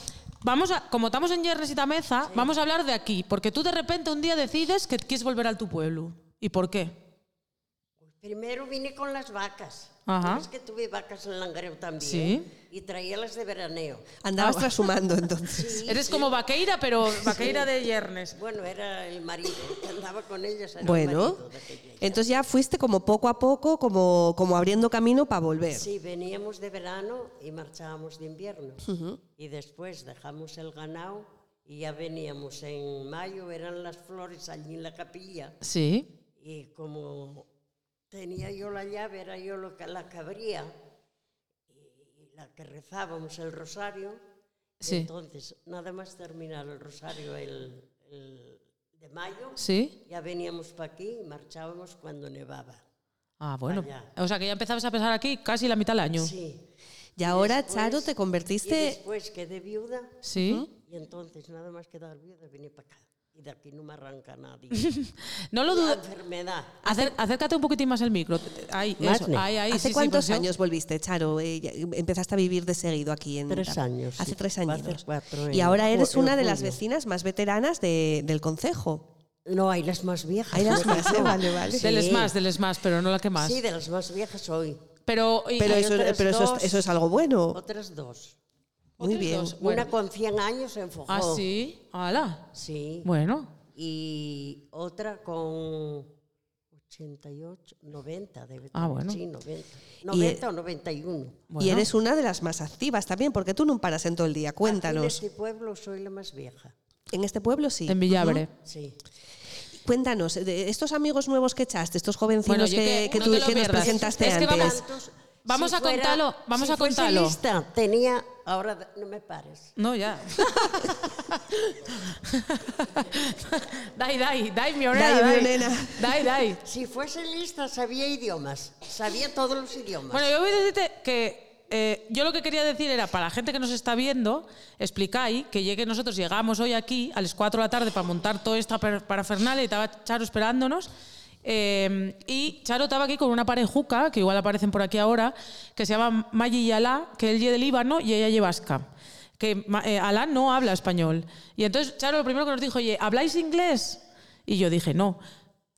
[SPEAKER 2] vamos a, como estamos en Yerres y Tameza, vamos a hablar de aquí, porque tú de repente un día decides que quieres volver al tu pueblo. ¿Y por qué?
[SPEAKER 5] Primero vine con las vacas.
[SPEAKER 2] Ajá.
[SPEAKER 5] Es que tuve vacas en Langreo también.
[SPEAKER 2] Sí.
[SPEAKER 5] Y traía las de veraneo.
[SPEAKER 1] Andabas trasumando entonces.
[SPEAKER 5] Sí,
[SPEAKER 2] Eres
[SPEAKER 5] sí.
[SPEAKER 2] como vaqueira, pero vaqueira de Yernes.
[SPEAKER 5] Pues, Bueno, era el marido que andaba con ellas. era el
[SPEAKER 1] Bueno,
[SPEAKER 5] marido de aquella.
[SPEAKER 1] entonces ya fuiste como poco a poco, como, como abriendo camino para volver.
[SPEAKER 5] Sí, veníamos de verano y marchábamos de invierno. Y después dejamos el ganado y ya veníamos en mayo, eran las flores allí en la capilla.
[SPEAKER 2] Sí.
[SPEAKER 5] Y como tenía yo la llave, era yo lo que la que abría y la que rezábamos el rosario. Y
[SPEAKER 2] Sí.
[SPEAKER 5] Entonces, nada más terminar el rosario el, el de mayo,
[SPEAKER 2] Sí.
[SPEAKER 5] ya veníamos para aquí y marchábamos cuando nevaba.
[SPEAKER 2] Ah, bueno.
[SPEAKER 5] Vaya.
[SPEAKER 2] O sea que ya empezabas a pensar aquí casi la mitad del año.
[SPEAKER 5] Sí.
[SPEAKER 1] Y ahora,
[SPEAKER 5] después-
[SPEAKER 1] Charo, te
[SPEAKER 5] Y
[SPEAKER 1] convertiste...
[SPEAKER 5] después quedé viuda
[SPEAKER 2] Sí.
[SPEAKER 5] y entonces nada más quedar viuda vine para acá. Y de aquí no me arranca nadie.
[SPEAKER 2] No lo
[SPEAKER 5] La
[SPEAKER 2] dudes.
[SPEAKER 5] enfermedad.
[SPEAKER 2] Acer- acércate un poquitín más al micro. Ahí,
[SPEAKER 5] Más,
[SPEAKER 2] eso.
[SPEAKER 5] ¿no?
[SPEAKER 2] Ahí, ahí,
[SPEAKER 1] ¿Hace
[SPEAKER 2] sí, sí,
[SPEAKER 1] cuántos
[SPEAKER 2] porque-
[SPEAKER 1] años volviste, Charo? Eh, ya- Empezaste a vivir de seguido aquí en
[SPEAKER 5] Tres
[SPEAKER 1] Tapa.
[SPEAKER 5] años,
[SPEAKER 1] Hace
[SPEAKER 5] sí.
[SPEAKER 1] tres
[SPEAKER 5] Va a
[SPEAKER 1] años.
[SPEAKER 5] hacer cuatro
[SPEAKER 1] y
[SPEAKER 5] en
[SPEAKER 1] ahora eres
[SPEAKER 5] ju- en
[SPEAKER 1] una de las
[SPEAKER 5] julio.
[SPEAKER 1] vecinas más veteranas de- del concejo.
[SPEAKER 5] No, hay las más viejas.
[SPEAKER 1] Hay las
[SPEAKER 5] ¿no?
[SPEAKER 1] más, ¿eh? vale, vale.
[SPEAKER 2] Del
[SPEAKER 5] Sí.
[SPEAKER 2] más, del más, pero no la que más.
[SPEAKER 5] Sí, de las más viejas hoy.
[SPEAKER 2] Pero, y-
[SPEAKER 1] Pero,
[SPEAKER 5] hay
[SPEAKER 1] eso,
[SPEAKER 5] otras
[SPEAKER 1] pero eso,
[SPEAKER 5] dos.
[SPEAKER 1] es, eso es algo bueno.
[SPEAKER 5] Otras dos.
[SPEAKER 1] Muy
[SPEAKER 2] otros
[SPEAKER 1] bien.
[SPEAKER 2] dos. Bueno.
[SPEAKER 5] Una con 100 años se enfocó.
[SPEAKER 2] Ah, sí. Ala.
[SPEAKER 5] Sí.
[SPEAKER 2] Bueno.
[SPEAKER 5] Y otra con 88, 90, debe
[SPEAKER 2] Ah,
[SPEAKER 5] tener,
[SPEAKER 2] bueno. eh,
[SPEAKER 5] Sí, 90. 90 o 91.
[SPEAKER 1] Y
[SPEAKER 2] bueno.
[SPEAKER 1] eres una de las más activas también, porque tú no paras en todo el día.
[SPEAKER 5] Aquí en
[SPEAKER 1] Cuéntanos.
[SPEAKER 5] este pueblo soy la más vieja.
[SPEAKER 1] En este pueblo sí.
[SPEAKER 2] En Villabre.
[SPEAKER 5] Sí.
[SPEAKER 1] Cuéntanos, de estos amigos nuevos que echaste, estos jovencinos
[SPEAKER 2] Bueno, yo
[SPEAKER 1] que,
[SPEAKER 2] que-
[SPEAKER 1] que
[SPEAKER 2] no
[SPEAKER 1] tú
[SPEAKER 2] te lo
[SPEAKER 1] que nos
[SPEAKER 2] pierdas.
[SPEAKER 1] presentaste
[SPEAKER 2] Es que vamos-
[SPEAKER 1] antes.
[SPEAKER 5] Tantos,
[SPEAKER 2] Vamos a
[SPEAKER 5] fuera-
[SPEAKER 2] contarlo, vamos
[SPEAKER 5] si
[SPEAKER 2] a
[SPEAKER 5] fuese
[SPEAKER 2] contarlo.
[SPEAKER 5] lista, tenía. Ahora no me pares.
[SPEAKER 2] No, ya. dai, dai, dai, mi onena.
[SPEAKER 1] Dai, mi
[SPEAKER 2] dai.
[SPEAKER 1] onena.
[SPEAKER 2] Dai, dai.
[SPEAKER 5] Si fuese lista, sabía idiomas. Sabía todos los idiomas.
[SPEAKER 2] Bueno, yo voy a decirte que eh, yo lo que quería decir era para la gente que nos está viendo, explicáis que llegue nosotros llegamos hoy aquí a las 4 de la tarde para montar toda esta per- parafernalia y estaba Charo esperándonos. eh, y Charo estaba aquí con una parejuca, que igual aparecen por aquí ahora, que se llama Maggi y Alá, que él es de Líbano y ella lleva vasca. Que Ma- eh, Alá no habla español. Y entonces Charo lo primero que nos dijo, oye, ¿habláis inglés? Y yo dije, no.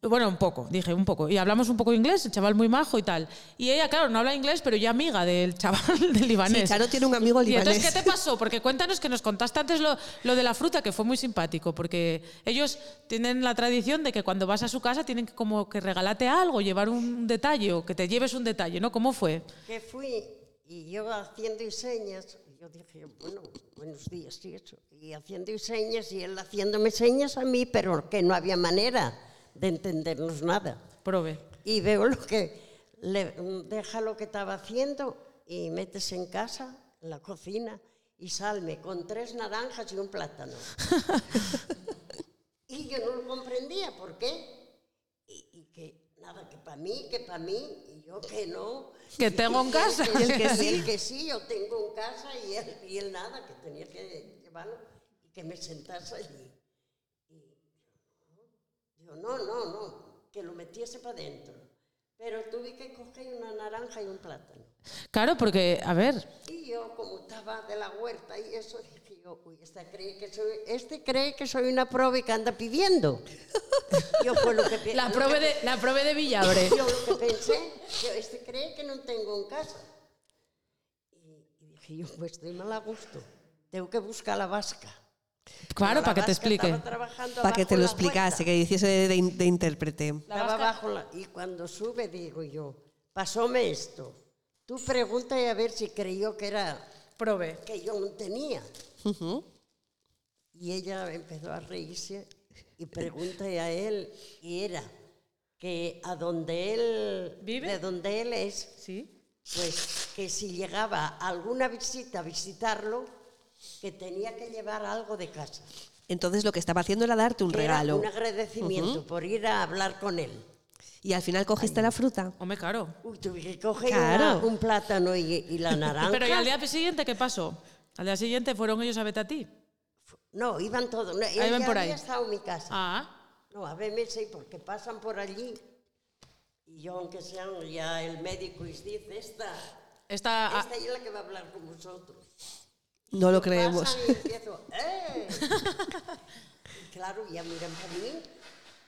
[SPEAKER 2] Bueno, un poco, dije, un poco. Y hablamos un poco inglés, el chaval muy majo y tal. Y ella, claro, no habla inglés, pero ya amiga del chaval del libanés.
[SPEAKER 1] Sí, Charo tiene un amigo
[SPEAKER 2] ¿Y entonces
[SPEAKER 1] libanés.
[SPEAKER 2] qué te pasó? Porque cuéntanos que nos contaste antes lo, lo de la fruta, que fue muy simpático, porque ellos tienen la tradición de que cuando vas a su casa tienen que como que regalarte algo, llevar un detalle o que te lleves un detalle, ¿no? ¿Cómo fue?
[SPEAKER 5] que fui y yo haciendo y señas, yo dije, bueno, buenos días y eso, y haciendo y señas y él haciéndome señas a mí, pero que no había manera de entendernos nada.
[SPEAKER 2] Prove.
[SPEAKER 5] Y veo lo que, le, deja lo que estaba haciendo y metes en casa, en la cocina, y salme con tres naranjas y un plátano. y yo no lo comprendía, ¿por qué? Y, y que nada, que para mí, que para mí, y yo que no.
[SPEAKER 2] Que tengo en
[SPEAKER 5] Y
[SPEAKER 2] casa.
[SPEAKER 5] El
[SPEAKER 2] Y
[SPEAKER 5] que,
[SPEAKER 2] el que
[SPEAKER 5] sí,
[SPEAKER 2] sí.
[SPEAKER 5] el que sí, yo tengo en casa y él, y él nada, que tenía que llevarlo y que me sentase allí. Digo, no, no, no, que lo metiese para dentro. Pero tuve que coger una naranja y un plátano.
[SPEAKER 2] Claro, porque, a ver,
[SPEAKER 5] Y yo, como estaba de la huerta y eso, dije yo, uy, esta cree que soy, este cree que soy una prove que anda pidiendo. yo fue lo que pe-
[SPEAKER 2] la
[SPEAKER 5] Eh, lo
[SPEAKER 2] prove
[SPEAKER 5] que
[SPEAKER 2] de, la prove de Villabre.
[SPEAKER 5] pe- Yo lo que pensé, yo, este cree que no tengo en casa. Y, y dije yo, pues estoy mal a gusto. Tengo que buscar la vasca.
[SPEAKER 2] Claro,
[SPEAKER 5] La
[SPEAKER 2] para que te
[SPEAKER 5] vasca
[SPEAKER 2] explique.
[SPEAKER 5] estaba trabajando
[SPEAKER 1] Para que
[SPEAKER 5] abajo
[SPEAKER 1] te
[SPEAKER 5] en
[SPEAKER 1] lo
[SPEAKER 5] la huerta.
[SPEAKER 1] explicase, que hiciese de, de in- de intérprete.
[SPEAKER 5] Estaba abajo la- y cuando sube digo yo, pasóme esto. Tú pregunta y a ver si creyó que era
[SPEAKER 2] Prove.
[SPEAKER 5] que yo no tenía. Y ella empezó a reírse y pregunta a él y era que a donde él
[SPEAKER 2] ¿Vive?
[SPEAKER 5] de donde él es,
[SPEAKER 2] Sí.
[SPEAKER 5] pues que si llegaba alguna visita a visitarlo, que tenía que llevar algo de casa.
[SPEAKER 1] Entonces lo que estaba haciendo era darte un
[SPEAKER 5] Que era
[SPEAKER 1] regalo.
[SPEAKER 5] un agradecimiento por ir a hablar con él.
[SPEAKER 1] Y al final cogiste la fruta.
[SPEAKER 2] Hombre, claro.
[SPEAKER 5] Uy, tuve que coger
[SPEAKER 1] Claro.
[SPEAKER 5] una- un plátano y, y la naranja.
[SPEAKER 2] Pero ¿y al día siguiente qué pasó? Al día siguiente fueron ellos a vete a ti.
[SPEAKER 5] No, iban todos. No,
[SPEAKER 2] Ahí ven
[SPEAKER 5] ya
[SPEAKER 2] por ahí.
[SPEAKER 5] había estado en mi casa.
[SPEAKER 2] Ah,
[SPEAKER 5] No, a veces sí, porque pasan por allí. Y yo, aunque sean ya el médico, y dice, esta,
[SPEAKER 2] esta. ah,
[SPEAKER 5] esta es la que va a hablar con vosotros.
[SPEAKER 1] No lo creemos.
[SPEAKER 5] Pasan y empiezo, ¡eh! Y claro, ya miran para mí.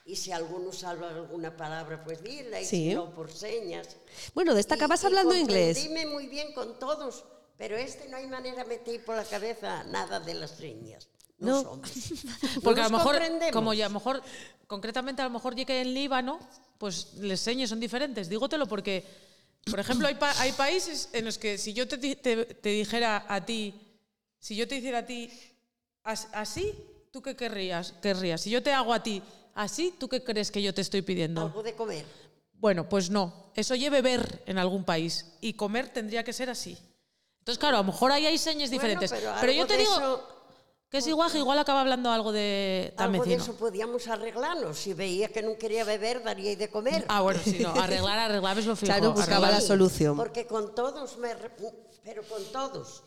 [SPEAKER 5] Y si alguno salva alguna palabra, pues dile, y
[SPEAKER 1] Sí.
[SPEAKER 5] si no, por señas.
[SPEAKER 1] Bueno, destacabas
[SPEAKER 5] Y- y
[SPEAKER 1] hablando inglés.
[SPEAKER 5] Dime muy bien con todos, pero este no hay manera de meter por la cabeza nada de las señas.
[SPEAKER 1] No.
[SPEAKER 5] No, somos. No
[SPEAKER 2] porque a lo
[SPEAKER 5] nos
[SPEAKER 2] mejor,
[SPEAKER 5] Pues comprendemos.
[SPEAKER 2] como ya a lo mejor, concretamente a lo mejor llegué en Líbano, pues les señas son diferentes. Dígotelo porque, por ejemplo, hay, pa- hay países en los que si yo te, di- te- te dijera a ti, si yo te hiciera a ti as- así, ¿tú qué querrías? querrías? Si yo te hago a ti así, ¿tú qué crees que yo te estoy pidiendo?
[SPEAKER 5] Algo de comer.
[SPEAKER 2] Bueno, pues no. Eso lleve beber en algún país y comer tendría que ser así. Entonces, claro, a lo mejor ahí hay señas diferentes.
[SPEAKER 5] Bueno,
[SPEAKER 2] pero
[SPEAKER 5] pero
[SPEAKER 2] yo
[SPEAKER 5] algo
[SPEAKER 2] te
[SPEAKER 5] de
[SPEAKER 2] digo
[SPEAKER 5] eso-
[SPEAKER 2] que es igual, que igual acaba hablando algo de
[SPEAKER 5] Algo de
[SPEAKER 2] tamecino.
[SPEAKER 5] eso podíamos arreglarnos. Si veía que no quería beber, daría de comer.
[SPEAKER 2] Ah, bueno, sí, no, arreglar, arreglar es lo fijo.
[SPEAKER 1] Claro, buscaba
[SPEAKER 2] arreglar.
[SPEAKER 1] la solución.
[SPEAKER 5] Porque con todos me... re- Pero con todos.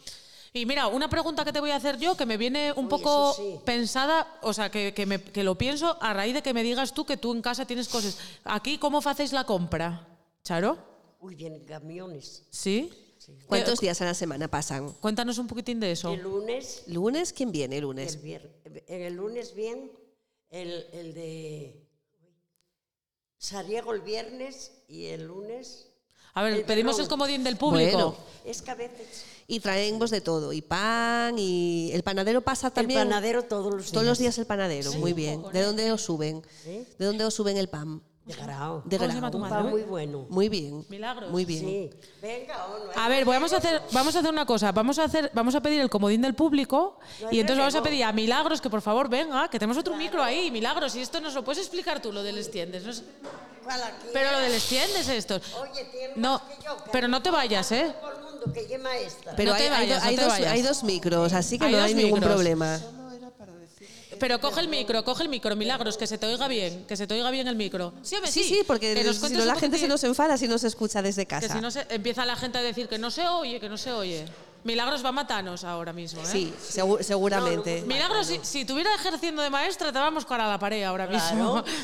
[SPEAKER 2] Y mira, una pregunta que te voy a hacer yo que me viene un
[SPEAKER 5] Uy,
[SPEAKER 2] poco
[SPEAKER 5] eso sí.
[SPEAKER 2] pensada, o sea, que, que me- que lo pienso a raíz de que me digas tú que tú en casa tienes cosas. Aquí, ¿cómo hacéis la compra? ¿Charo?
[SPEAKER 5] Uy, bien, camiones.
[SPEAKER 2] ¿Sí? Eh,
[SPEAKER 1] ¿Cuántos días a la semana pasan?
[SPEAKER 2] Cuéntanos un poquitín de eso.
[SPEAKER 5] El lunes,
[SPEAKER 1] ¿Lunes? ¿Quién viene lunes?
[SPEAKER 5] el viernes. El lunes bien, el, el de... Sariego el viernes y el lunes...
[SPEAKER 2] A ver,
[SPEAKER 5] el
[SPEAKER 2] pedimos el
[SPEAKER 5] perdón.
[SPEAKER 2] comodín del público.
[SPEAKER 1] Bueno.
[SPEAKER 5] Es que a veces...
[SPEAKER 1] Y traemos de todo, y pan, y el panadero pasa también.
[SPEAKER 5] El panadero todos los
[SPEAKER 1] Todos los
[SPEAKER 5] días.
[SPEAKER 1] días el panadero, muy bien. ¿De dónde os suben?
[SPEAKER 5] ¿Eh?
[SPEAKER 1] ¿De dónde os suben el pan?
[SPEAKER 5] De grao.
[SPEAKER 1] De
[SPEAKER 2] ¿Cómo se llama
[SPEAKER 1] grado.
[SPEAKER 2] tu
[SPEAKER 5] Un
[SPEAKER 2] madre?
[SPEAKER 5] pan muy bueno.
[SPEAKER 1] Muy bien.
[SPEAKER 2] Milagros.
[SPEAKER 1] Muy bien.
[SPEAKER 5] Sí. Venga, o no hay
[SPEAKER 2] A ver, vamos a hacer,
[SPEAKER 5] manera.
[SPEAKER 2] vamos a hacer una cosa. Vamos a hacer, vamos a pedir el comodín del público
[SPEAKER 5] No hay
[SPEAKER 2] y entonces vamos a
[SPEAKER 5] relevo.
[SPEAKER 2] pedir a Milagros que por favor venga, que tenemos otro micro ahí, Milagros. Y esto nos lo puedes explicar tú, lo del extiendes. no sé-
[SPEAKER 5] ¿Cuál aquí?
[SPEAKER 2] pero lo del extiendes esto.
[SPEAKER 5] Oye, tiene
[SPEAKER 2] No,
[SPEAKER 5] más que yo, que
[SPEAKER 2] pero no te vayas, ¿eh?
[SPEAKER 5] Todo el mundo que lleva esta.
[SPEAKER 1] Pero
[SPEAKER 2] No te
[SPEAKER 1] hay, hay do-
[SPEAKER 2] vayas, no
[SPEAKER 1] hay
[SPEAKER 2] te
[SPEAKER 1] dos,
[SPEAKER 2] vayas.
[SPEAKER 1] hay dos micros, así que
[SPEAKER 2] Hay
[SPEAKER 1] no
[SPEAKER 2] dos
[SPEAKER 1] hay ningún
[SPEAKER 2] micros.
[SPEAKER 1] problema.
[SPEAKER 2] Pero coge el micro, coge el micro, Milagros, que se te oiga bien, que se te oiga bien el micro. Sí, hombre,
[SPEAKER 1] Sí, sí, porque
[SPEAKER 2] que nos
[SPEAKER 1] si
[SPEAKER 2] cuentes
[SPEAKER 1] no la
[SPEAKER 2] un
[SPEAKER 1] gente se
[SPEAKER 2] poquitín-
[SPEAKER 1] nos enfada si no se escucha desde
[SPEAKER 2] Que
[SPEAKER 1] casa.
[SPEAKER 2] si no se, empieza la gente a decir que no se oye, que no se oye. Milagros va a matarnos ahora mismo, ¿eh?
[SPEAKER 1] Sí, segu- seguramente.
[SPEAKER 2] Milagros, si, si tuviera ejerciendo de maestra, te vamos cara a la pared ahora mismo.
[SPEAKER 5] Claro.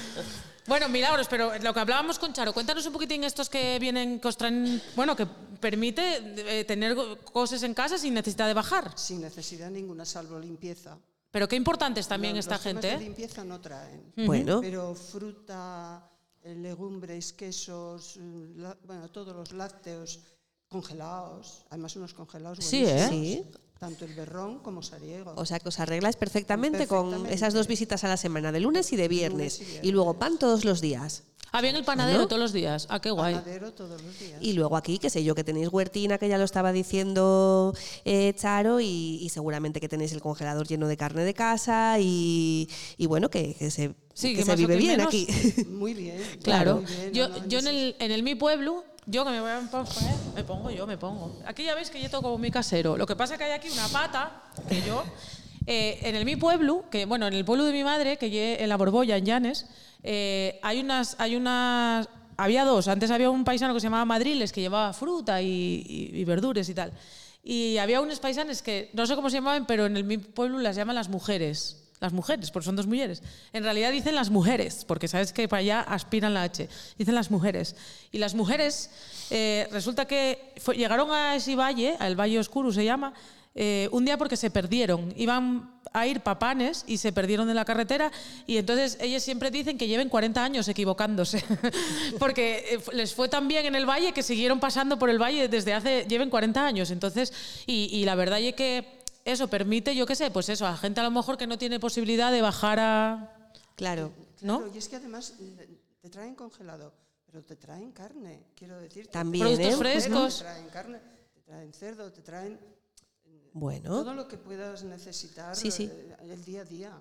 [SPEAKER 2] Bueno, Milagros, pero lo que hablábamos con Charo, cuéntanos un poquitín estos que vienen, que os traen, bueno, que permite eh, tener go- cosas en casa sin necesidad de bajar.
[SPEAKER 6] sin necesidad ninguna, salvo limpieza.
[SPEAKER 2] Pero qué importantes también
[SPEAKER 6] Los-
[SPEAKER 2] esta
[SPEAKER 6] los temas
[SPEAKER 2] gente,
[SPEAKER 6] De
[SPEAKER 2] ¿eh?
[SPEAKER 6] limpieza no traen.
[SPEAKER 1] Bueno.
[SPEAKER 6] Pero fruta, eh, legumbres, quesos, eh, la- bueno, todos los lácteos congelados, además unos congelados
[SPEAKER 2] Sí, ¿eh?
[SPEAKER 6] buenísimos,
[SPEAKER 1] Sí.
[SPEAKER 6] tanto el berrón como sariego.
[SPEAKER 1] O sea que os arregláis perfectamente, con
[SPEAKER 6] Perfectamente.
[SPEAKER 1] esas dos visitas a la semana, de lunes y de viernes.
[SPEAKER 6] y viernes.
[SPEAKER 1] Y luego pan todos los días.
[SPEAKER 2] Ah, bien el panadero
[SPEAKER 1] ¿No?
[SPEAKER 2] todos los días. Ah, qué guay.
[SPEAKER 6] Panadero todos los días.
[SPEAKER 1] Y luego aquí, qué sé yo, que tenéis huertina, que ya lo estaba diciendo eh, Charo, y, y seguramente que tenéis el congelador lleno de carne de casa y, y bueno, que, que se,
[SPEAKER 2] Sí,
[SPEAKER 1] que
[SPEAKER 2] que
[SPEAKER 1] se
[SPEAKER 2] más o
[SPEAKER 1] vive
[SPEAKER 2] que
[SPEAKER 1] bien
[SPEAKER 2] menos.
[SPEAKER 1] aquí.
[SPEAKER 6] Muy bien.
[SPEAKER 2] Claro.
[SPEAKER 6] muy bien,
[SPEAKER 2] Yo,
[SPEAKER 6] no, no,
[SPEAKER 2] yo en,
[SPEAKER 6] eso
[SPEAKER 2] el, en el mi pueblo, yo que me voy a poner, me pongo yo, me pongo. Aquí ya veis que yo toco mi casero. Lo que pasa que hay aquí una pata, que yo, eh, en el mi pueblo, que bueno, en el pueblo de mi madre, que ye- en la Borbolla, en Llanes, eh, hay unas, hay unas, había dos. Antes había un paisano que se llamaba Madriles, que llevaba fruta y, y- y verdures y tal. Y había unos paisanes que no sé cómo se llamaban, pero en el mi pueblo las llaman las mujeres. Las mujeres, porque son dos mujeres. En realidad dicen las mujeres, porque sabes que para allá aspiran la H. Dicen las mujeres. Y las mujeres, eh, resulta que fue- llegaron a ese valle, al Valle Oscuro se llama, eh, un día porque se perdieron. Iban a ir papanes y se perdieron de la carretera. Y entonces ellas siempre dicen que lleven 40 años equivocándose, porque eh, fu- les fue tan bien en el valle que siguieron pasando por el valle desde hace, lleven 40 años. Entonces, y, y la verdad es que eso permite, yo qué sé, pues eso, a gente a lo mejor que no tiene posibilidad de bajar a.
[SPEAKER 1] Claro.
[SPEAKER 2] ¿No?
[SPEAKER 6] Claro, y es que además eh, te traen congelado, pero te traen carne, quiero decir. te
[SPEAKER 1] También,
[SPEAKER 2] Productos
[SPEAKER 1] ¿eh?
[SPEAKER 6] traen cerdo,
[SPEAKER 2] frescos.
[SPEAKER 6] Te traen carne, te traen cerdo, te traen todo
[SPEAKER 1] Bueno,
[SPEAKER 6] lo que puedas necesitar
[SPEAKER 1] Sí, sí.
[SPEAKER 6] eh, el día a día.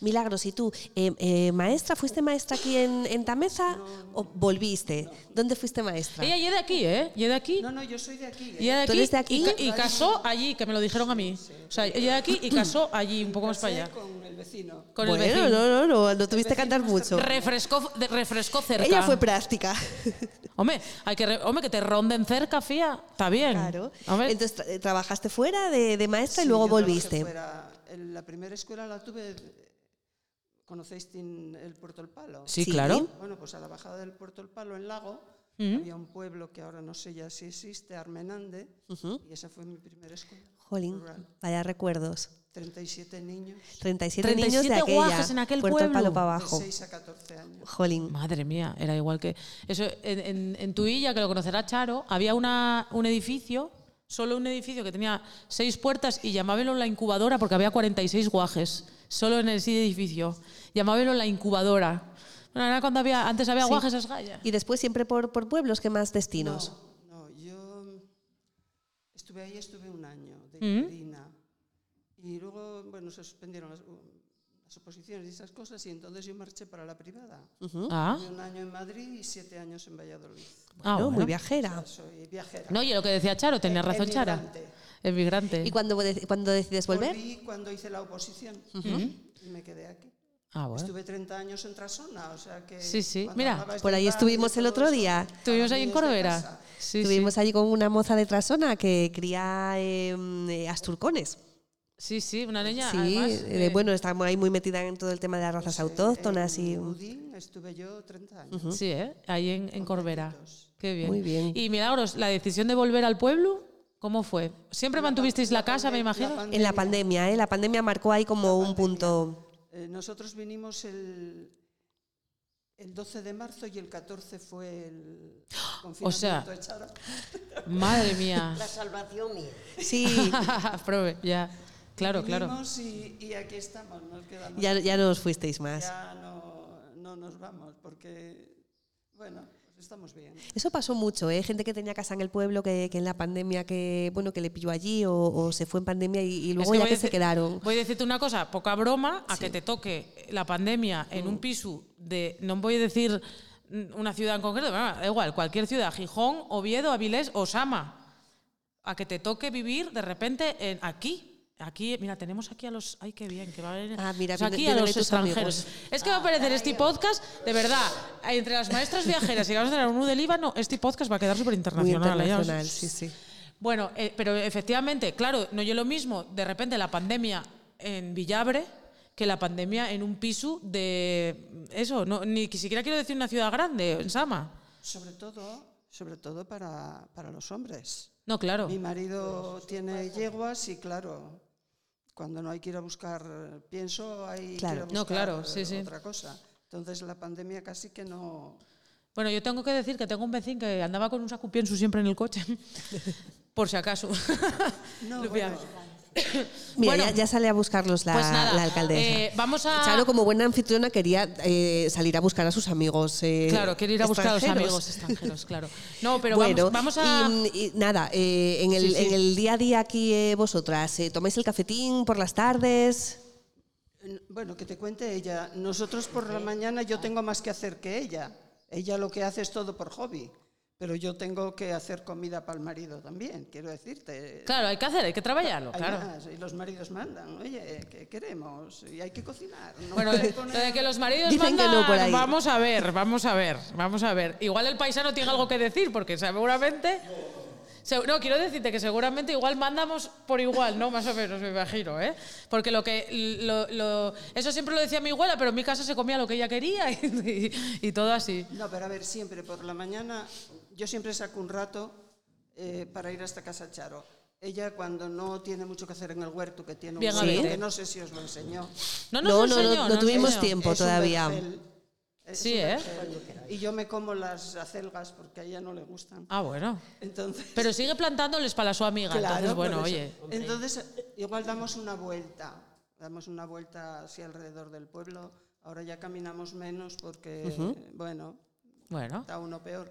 [SPEAKER 1] Milagros, ¿y tú, eh, eh, maestra, fuiste maestra aquí en, en Tameza o volviste? ¿Dónde fuiste maestra?
[SPEAKER 2] Ella y de aquí, ¿eh? Y de aquí.
[SPEAKER 6] No, no, yo soy de aquí.
[SPEAKER 2] Y de aquí,
[SPEAKER 1] ¿Tú eres de aquí?
[SPEAKER 2] y ca- Y, casó allí, que me lo dijeron a mí. O sea, ella de aquí y casó allí, un poco más para allá.
[SPEAKER 6] Con el el vecino.
[SPEAKER 2] Con el
[SPEAKER 1] bueno,
[SPEAKER 2] vecino.
[SPEAKER 1] no, no, no, no tuviste que cantar mucho.
[SPEAKER 2] Refrescó, de- refrescó cerca.
[SPEAKER 1] Ella fue práctica.
[SPEAKER 2] Hombre, hay que, re- hombre, que te ronden cerca, fía. Está bien.
[SPEAKER 1] Claro.
[SPEAKER 2] Hombre,
[SPEAKER 1] Entonces, tra- eh, trabajaste fuera de, de maestra
[SPEAKER 6] Sí,
[SPEAKER 1] y luego
[SPEAKER 6] yo trabajé
[SPEAKER 1] volviste.
[SPEAKER 6] fuera. En la primera escuela la tuve. ¿Conocéis Tin- el Puerto El Palo?
[SPEAKER 2] sí,
[SPEAKER 1] sí.
[SPEAKER 2] claro.
[SPEAKER 6] Bueno, pues a la bajada del Puerto El Palo, en Lago,
[SPEAKER 2] Mm.
[SPEAKER 6] había un pueblo que ahora no sé ya si existe, Armenande, y esa fue mi primera escuela.
[SPEAKER 1] Jolín,
[SPEAKER 6] rural.
[SPEAKER 1] vaya recuerdos.
[SPEAKER 6] 37 niños,
[SPEAKER 1] 37, niños de
[SPEAKER 2] 37
[SPEAKER 1] aquella.
[SPEAKER 2] guajes en aquel
[SPEAKER 1] Puerto al
[SPEAKER 2] pueblo.
[SPEAKER 1] palo para
[SPEAKER 6] de
[SPEAKER 1] abajo.
[SPEAKER 6] 6 a 14 años.
[SPEAKER 1] Jolín.
[SPEAKER 2] Madre mía, era igual que. Eso, en, en, en Tuilla, que lo conocerá Charo, había una, un edificio, solo un edificio que tenía seis puertas y llamábelo la incubadora porque había 46 guajes, solo en ese edificio. Llamábelo la incubadora. Bueno, era cuando había, antes había guajes esas gallas.
[SPEAKER 1] Y después siempre por, por pueblos, ¿qué más destinos?
[SPEAKER 6] No, no, yo estuve ahí, estuve un año de interina. Y luego, bueno, se suspendieron las, las oposiciones y esas cosas, y entonces yo marché para la privada.
[SPEAKER 2] Ah,
[SPEAKER 6] Estuve un año en Madrid y siete años en Valladolid.
[SPEAKER 2] ah,
[SPEAKER 1] No,
[SPEAKER 2] bueno.
[SPEAKER 1] Muy viajera.
[SPEAKER 6] Soy viajera.
[SPEAKER 2] No, y lo que decía Charo, tenía razón Chara.
[SPEAKER 6] Emigrante.
[SPEAKER 2] Emigrante.
[SPEAKER 1] ¿Y cuando, de- cuando decides volver?
[SPEAKER 6] Volví cuando hice la oposición y me quedé aquí.
[SPEAKER 2] Ah, bueno.
[SPEAKER 6] Estuve 30 años en Trasona, o sea que...
[SPEAKER 2] Sí, sí.
[SPEAKER 6] cuando
[SPEAKER 2] Mira,
[SPEAKER 6] hablabas
[SPEAKER 1] Por
[SPEAKER 6] del
[SPEAKER 1] ahí
[SPEAKER 6] barrio y
[SPEAKER 1] estuvimos el
[SPEAKER 6] todo
[SPEAKER 1] otro
[SPEAKER 6] eso,
[SPEAKER 1] día.
[SPEAKER 2] Estuvimos allí en
[SPEAKER 6] Amigos de
[SPEAKER 2] Corbera.
[SPEAKER 6] casa.
[SPEAKER 2] Sí,
[SPEAKER 1] Estuvimos
[SPEAKER 2] sí.
[SPEAKER 1] allí con una moza de Trasona que cría em, eh, asturcones.
[SPEAKER 2] sí, sí, una niña.
[SPEAKER 1] sí,
[SPEAKER 2] además,
[SPEAKER 1] eh,
[SPEAKER 2] eh,
[SPEAKER 1] bueno, está ahí muy metida en todo el tema de las razas autóctonas y.
[SPEAKER 6] En Udín estuve yo 30 años.
[SPEAKER 2] Sí, ¿eh? ahí en, en Corbera. Qué bien.
[SPEAKER 1] Muy bien.
[SPEAKER 2] Y Milagros, la decisión de volver al pueblo, ¿cómo fue? ¿Siempre mantuvisteis la casa, me imagino?
[SPEAKER 1] En la pandemia, ¿eh? La pandemia marcó ahí como un punto.
[SPEAKER 6] Eh, nosotros vinimos el, el 12 de marzo y el 14 fue el confinamiento de Chara.
[SPEAKER 2] Madre mía.
[SPEAKER 5] La salvación mía.
[SPEAKER 1] Sí,
[SPEAKER 2] Prove, ya. Claro, claro.
[SPEAKER 6] Vinimos y, y aquí estamos, nos quedamos.
[SPEAKER 1] ya, ya no os fuisteis más.
[SPEAKER 6] Ya no, no nos vamos porque, bueno, pues estamos bien.
[SPEAKER 1] Eso pasó mucho, ¿eh? Gente que tenía casa en el pueblo que, que en la pandemia que, bueno, que le pilló allí o, o se fue en pandemia y, y luego
[SPEAKER 2] Es
[SPEAKER 1] ya
[SPEAKER 2] voy
[SPEAKER 1] que
[SPEAKER 2] a
[SPEAKER 1] se
[SPEAKER 2] deci-
[SPEAKER 1] quedaron.
[SPEAKER 2] Voy a decirte una cosa, poca broma, a que te toque la pandemia en
[SPEAKER 1] Mm.
[SPEAKER 2] un piso de, no voy a decir mm, una ciudad en concreto, bueno, da igual, cualquier ciudad, Gijón, Oviedo, Avilés, Osama, a que te toque vivir de repente en aquí. Aquí, mira, tenemos aquí a los. ¡Ay, qué bien! Que va a venir-
[SPEAKER 1] Ah, mira,
[SPEAKER 2] o sea,
[SPEAKER 1] viene-
[SPEAKER 2] aquí a
[SPEAKER 1] vienen
[SPEAKER 2] los
[SPEAKER 1] tus
[SPEAKER 2] extranjeros.
[SPEAKER 1] amigos.
[SPEAKER 2] Es que va a aparecer este podcast, de verdad, entre las maestras viajeras y que vamos a tener un de Líbano, este podcast va a quedar súper
[SPEAKER 1] Muy
[SPEAKER 2] internacional.
[SPEAKER 1] internacional, sí, sí.
[SPEAKER 2] Bueno, eh, pero efectivamente, claro, no yo lo mismo de repente la pandemia en Villabre que la pandemia en un piso de eso, no, ni que siquiera quiero decir una ciudad grande, en Sama.
[SPEAKER 6] Sobre todo, sobre todo para, para los hombres.
[SPEAKER 2] No, claro.
[SPEAKER 6] Mi marido tiene yeguas y claro, cuando no hay que ir a buscar pienso, hay
[SPEAKER 1] Claro.
[SPEAKER 6] que ir a buscar
[SPEAKER 2] No, claro, sí, sí.
[SPEAKER 6] otra cosa. Entonces la pandemia casi que no...
[SPEAKER 2] Bueno, yo tengo que decir que tengo un vecino que andaba con un sacupiensu siempre en el coche, por si acaso.
[SPEAKER 6] No,
[SPEAKER 2] Lo
[SPEAKER 6] bueno,
[SPEAKER 2] pillaba.
[SPEAKER 1] Mira,
[SPEAKER 2] Bueno.
[SPEAKER 1] ya, ya sale a buscarlos la,
[SPEAKER 2] Pues nada,
[SPEAKER 1] la alcaldesa.
[SPEAKER 2] eh, vamos a-
[SPEAKER 1] Charo, como buena anfitriona, quería eh, salir a buscar a sus amigos. eh,
[SPEAKER 2] claro, quiero ir a buscar a los
[SPEAKER 1] extranjeros.
[SPEAKER 2] amigos extranjeros, claro. No, pero
[SPEAKER 1] bueno,
[SPEAKER 2] vamos, vamos a...
[SPEAKER 1] y, mm, y nada, eh, en, el,
[SPEAKER 2] Sí, sí.
[SPEAKER 1] en el día a día aquí eh, vosotras, eh, ¿tomáis el cafetín por las tardes?
[SPEAKER 6] n- bueno, que te cuente ella. Nosotros por la mañana
[SPEAKER 2] Ah.
[SPEAKER 6] yo tengo más que hacer que ella. Ella lo que hace es todo por hobby, pero yo tengo que hacer comida para el marido también, quiero decirte.
[SPEAKER 2] Claro, hay que hacer, hay que trabajarlo,
[SPEAKER 6] Hay
[SPEAKER 2] claro.
[SPEAKER 6] más, y los maridos mandan, oye, ¿qué queremos? Y hay que cocinar. no
[SPEAKER 2] Bueno, eh,
[SPEAKER 6] puede
[SPEAKER 2] lo de
[SPEAKER 6] poner-
[SPEAKER 2] que los maridos
[SPEAKER 1] Dicen que
[SPEAKER 2] mandan,
[SPEAKER 1] no por ahí.
[SPEAKER 2] vamos a ver, vamos a ver, vamos a ver. Igual el paisano tiene algo que decir, porque seguramente... se- No, quiero decirte que seguramente igual mandamos por igual, ¿no? Más o menos, me imagino, ¿eh? Porque lo que... lo- lo- eso siempre lo decía mi abuela, pero en mi casa se comía lo que ella quería y, y- y todo así.
[SPEAKER 6] No, pero a ver, siempre por la mañana, yo siempre saco un rato eh, para ir hasta casa Charo. Ella cuando no tiene mucho que hacer en el huerto, que tiene un
[SPEAKER 2] Bien,
[SPEAKER 6] huerto,
[SPEAKER 1] Sí.
[SPEAKER 6] que no sé si os lo enseñó.
[SPEAKER 2] No,
[SPEAKER 1] No,
[SPEAKER 2] nos
[SPEAKER 1] no, no,
[SPEAKER 2] enseñó,
[SPEAKER 1] no
[SPEAKER 2] nos
[SPEAKER 1] tuvimos
[SPEAKER 2] enseñó.
[SPEAKER 1] tiempo.
[SPEAKER 6] Es un
[SPEAKER 1] todavía.
[SPEAKER 6] vergel, es
[SPEAKER 2] Sí,
[SPEAKER 6] un
[SPEAKER 2] ¿eh?
[SPEAKER 6] vergel. Y yo me como las acelgas porque a ella no le gustan.
[SPEAKER 2] Ah, bueno.
[SPEAKER 6] Entonces,
[SPEAKER 2] Pero sigue plantándoles para su amiga,
[SPEAKER 6] Claro,
[SPEAKER 2] Ah, entonces, bueno,
[SPEAKER 6] por eso.
[SPEAKER 2] oye...
[SPEAKER 6] Entonces, igual damos una vuelta, damos una vuelta así alrededor del pueblo. Ahora ya caminamos menos porque, bueno,
[SPEAKER 2] Bueno,
[SPEAKER 6] está uno peor.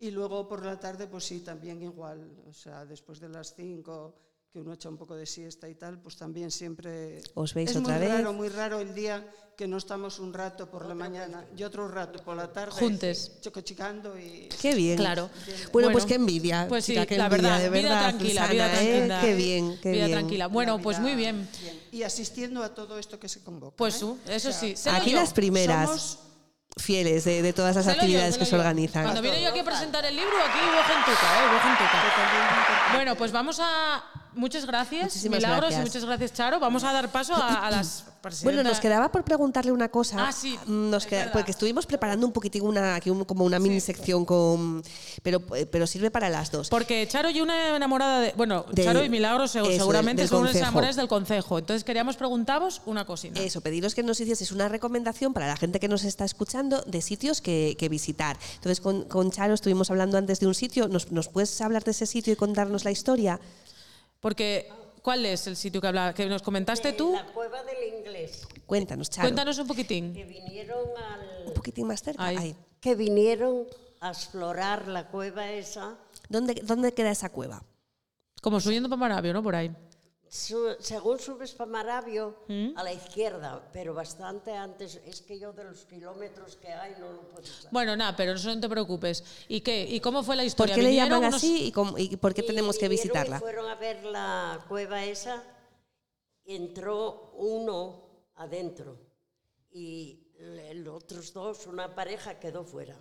[SPEAKER 6] Y luego por la tarde, pues sí, también igual. O sea, después de las 5, que uno echa un poco de siesta y tal, pues también siempre...
[SPEAKER 1] ¿Os veis
[SPEAKER 6] es
[SPEAKER 1] otra
[SPEAKER 6] muy
[SPEAKER 1] vez?
[SPEAKER 6] raro, muy raro el día que no estamos un rato por la mañana y otro rato por la tarde.
[SPEAKER 2] Juntes.
[SPEAKER 6] Chocochicando y...
[SPEAKER 1] Qué bien.
[SPEAKER 2] Claro.
[SPEAKER 1] Bueno,
[SPEAKER 2] Bueno,
[SPEAKER 1] pues qué envidia.
[SPEAKER 2] Pues sí,
[SPEAKER 1] chica, qué
[SPEAKER 2] la
[SPEAKER 1] envidia,
[SPEAKER 2] verdad,
[SPEAKER 1] de
[SPEAKER 2] vida
[SPEAKER 1] verdad.
[SPEAKER 2] tranquila, vida
[SPEAKER 1] Susana, ¿eh?
[SPEAKER 2] tranquila.
[SPEAKER 1] Qué bien, qué
[SPEAKER 2] vida
[SPEAKER 1] bien.
[SPEAKER 2] tranquila. Bueno, pues muy bien.
[SPEAKER 6] y asistiendo a todo esto que se convoca.
[SPEAKER 2] Pues
[SPEAKER 6] ¿eh?
[SPEAKER 2] tú, eso
[SPEAKER 6] O sea,
[SPEAKER 2] sí. sélo
[SPEAKER 1] Aquí
[SPEAKER 2] yo.
[SPEAKER 1] las primeras
[SPEAKER 6] somos-
[SPEAKER 1] fieles de, de todas las
[SPEAKER 2] Sélo yo,
[SPEAKER 1] actividades
[SPEAKER 2] sélo
[SPEAKER 1] que se
[SPEAKER 2] yo.
[SPEAKER 1] organizan.
[SPEAKER 2] Cuando vine yo aquí a presentar el libro, aquí hubo gentuca, ¿eh? Hubo gentuca. Bueno, pues vamos a. Muchas gracias,
[SPEAKER 1] Muchísimas
[SPEAKER 2] Milagros,
[SPEAKER 1] gracias.
[SPEAKER 2] y muchas gracias, Charo. Vamos a dar paso a, a las presidentas.
[SPEAKER 1] Bueno, nos quedaba por preguntarle una cosa.
[SPEAKER 2] Ah, sí,
[SPEAKER 1] Mm, Nos
[SPEAKER 2] es
[SPEAKER 1] queda-
[SPEAKER 2] verdad.
[SPEAKER 1] porque estuvimos preparando un poquitín una, aquí un- como una mini sección con, pero, eh, pero sirve para las dos.
[SPEAKER 2] Porque Charo y una enamorada de. Bueno,
[SPEAKER 1] Del-
[SPEAKER 2] Charo y Milagros se-
[SPEAKER 1] eso, del-
[SPEAKER 2] seguramente
[SPEAKER 1] del
[SPEAKER 2] son unas
[SPEAKER 1] concejo.
[SPEAKER 2] enamoradas del concejo. Entonces queríamos preguntaros una cosita.
[SPEAKER 1] Eso, pediros que nos hicieseis una recomendación para la gente que nos está escuchando de sitios que, que visitar. Entonces, con, con Charo estuvimos hablando antes de un sitio. ¿Nos, nos puedes hablar de ese sitio y contarnos la historia?
[SPEAKER 2] Porque, ¿cuál es el sitio que, habla, que nos comentaste tú?
[SPEAKER 5] La cueva del inglés,
[SPEAKER 1] Cuéntanos, Charo.
[SPEAKER 2] Cuéntanos un poquitín.
[SPEAKER 5] que vinieron al...
[SPEAKER 1] Un poquitín más cerca.
[SPEAKER 2] Ahí.
[SPEAKER 1] Ahí.
[SPEAKER 5] que vinieron a explorar la cueva esa,
[SPEAKER 1] ¿Dónde, ¿Dónde queda esa cueva?
[SPEAKER 2] Como subiendo para Marabio, ¿no? Por ahí.
[SPEAKER 5] Su- según subes para Marabio,
[SPEAKER 1] ¿Mm?
[SPEAKER 5] a la izquierda, pero bastante antes, es que yo de los kilómetros que hay no lo puedo saber.
[SPEAKER 2] Bueno, nada, pero eso no te preocupes. ¿Y qué? ¿Y cómo fue la
[SPEAKER 1] ¿Por
[SPEAKER 2] historia?
[SPEAKER 1] qué le
[SPEAKER 2] ¿Vinieron
[SPEAKER 1] llaman
[SPEAKER 2] unos-
[SPEAKER 1] así y, cómo- y por qué
[SPEAKER 5] Y
[SPEAKER 1] tenemos que
[SPEAKER 5] vinieron y
[SPEAKER 1] visitarla?
[SPEAKER 5] fueron a ver la cueva esa, entró uno adentro y le- los otros dos, una pareja, quedó fuera.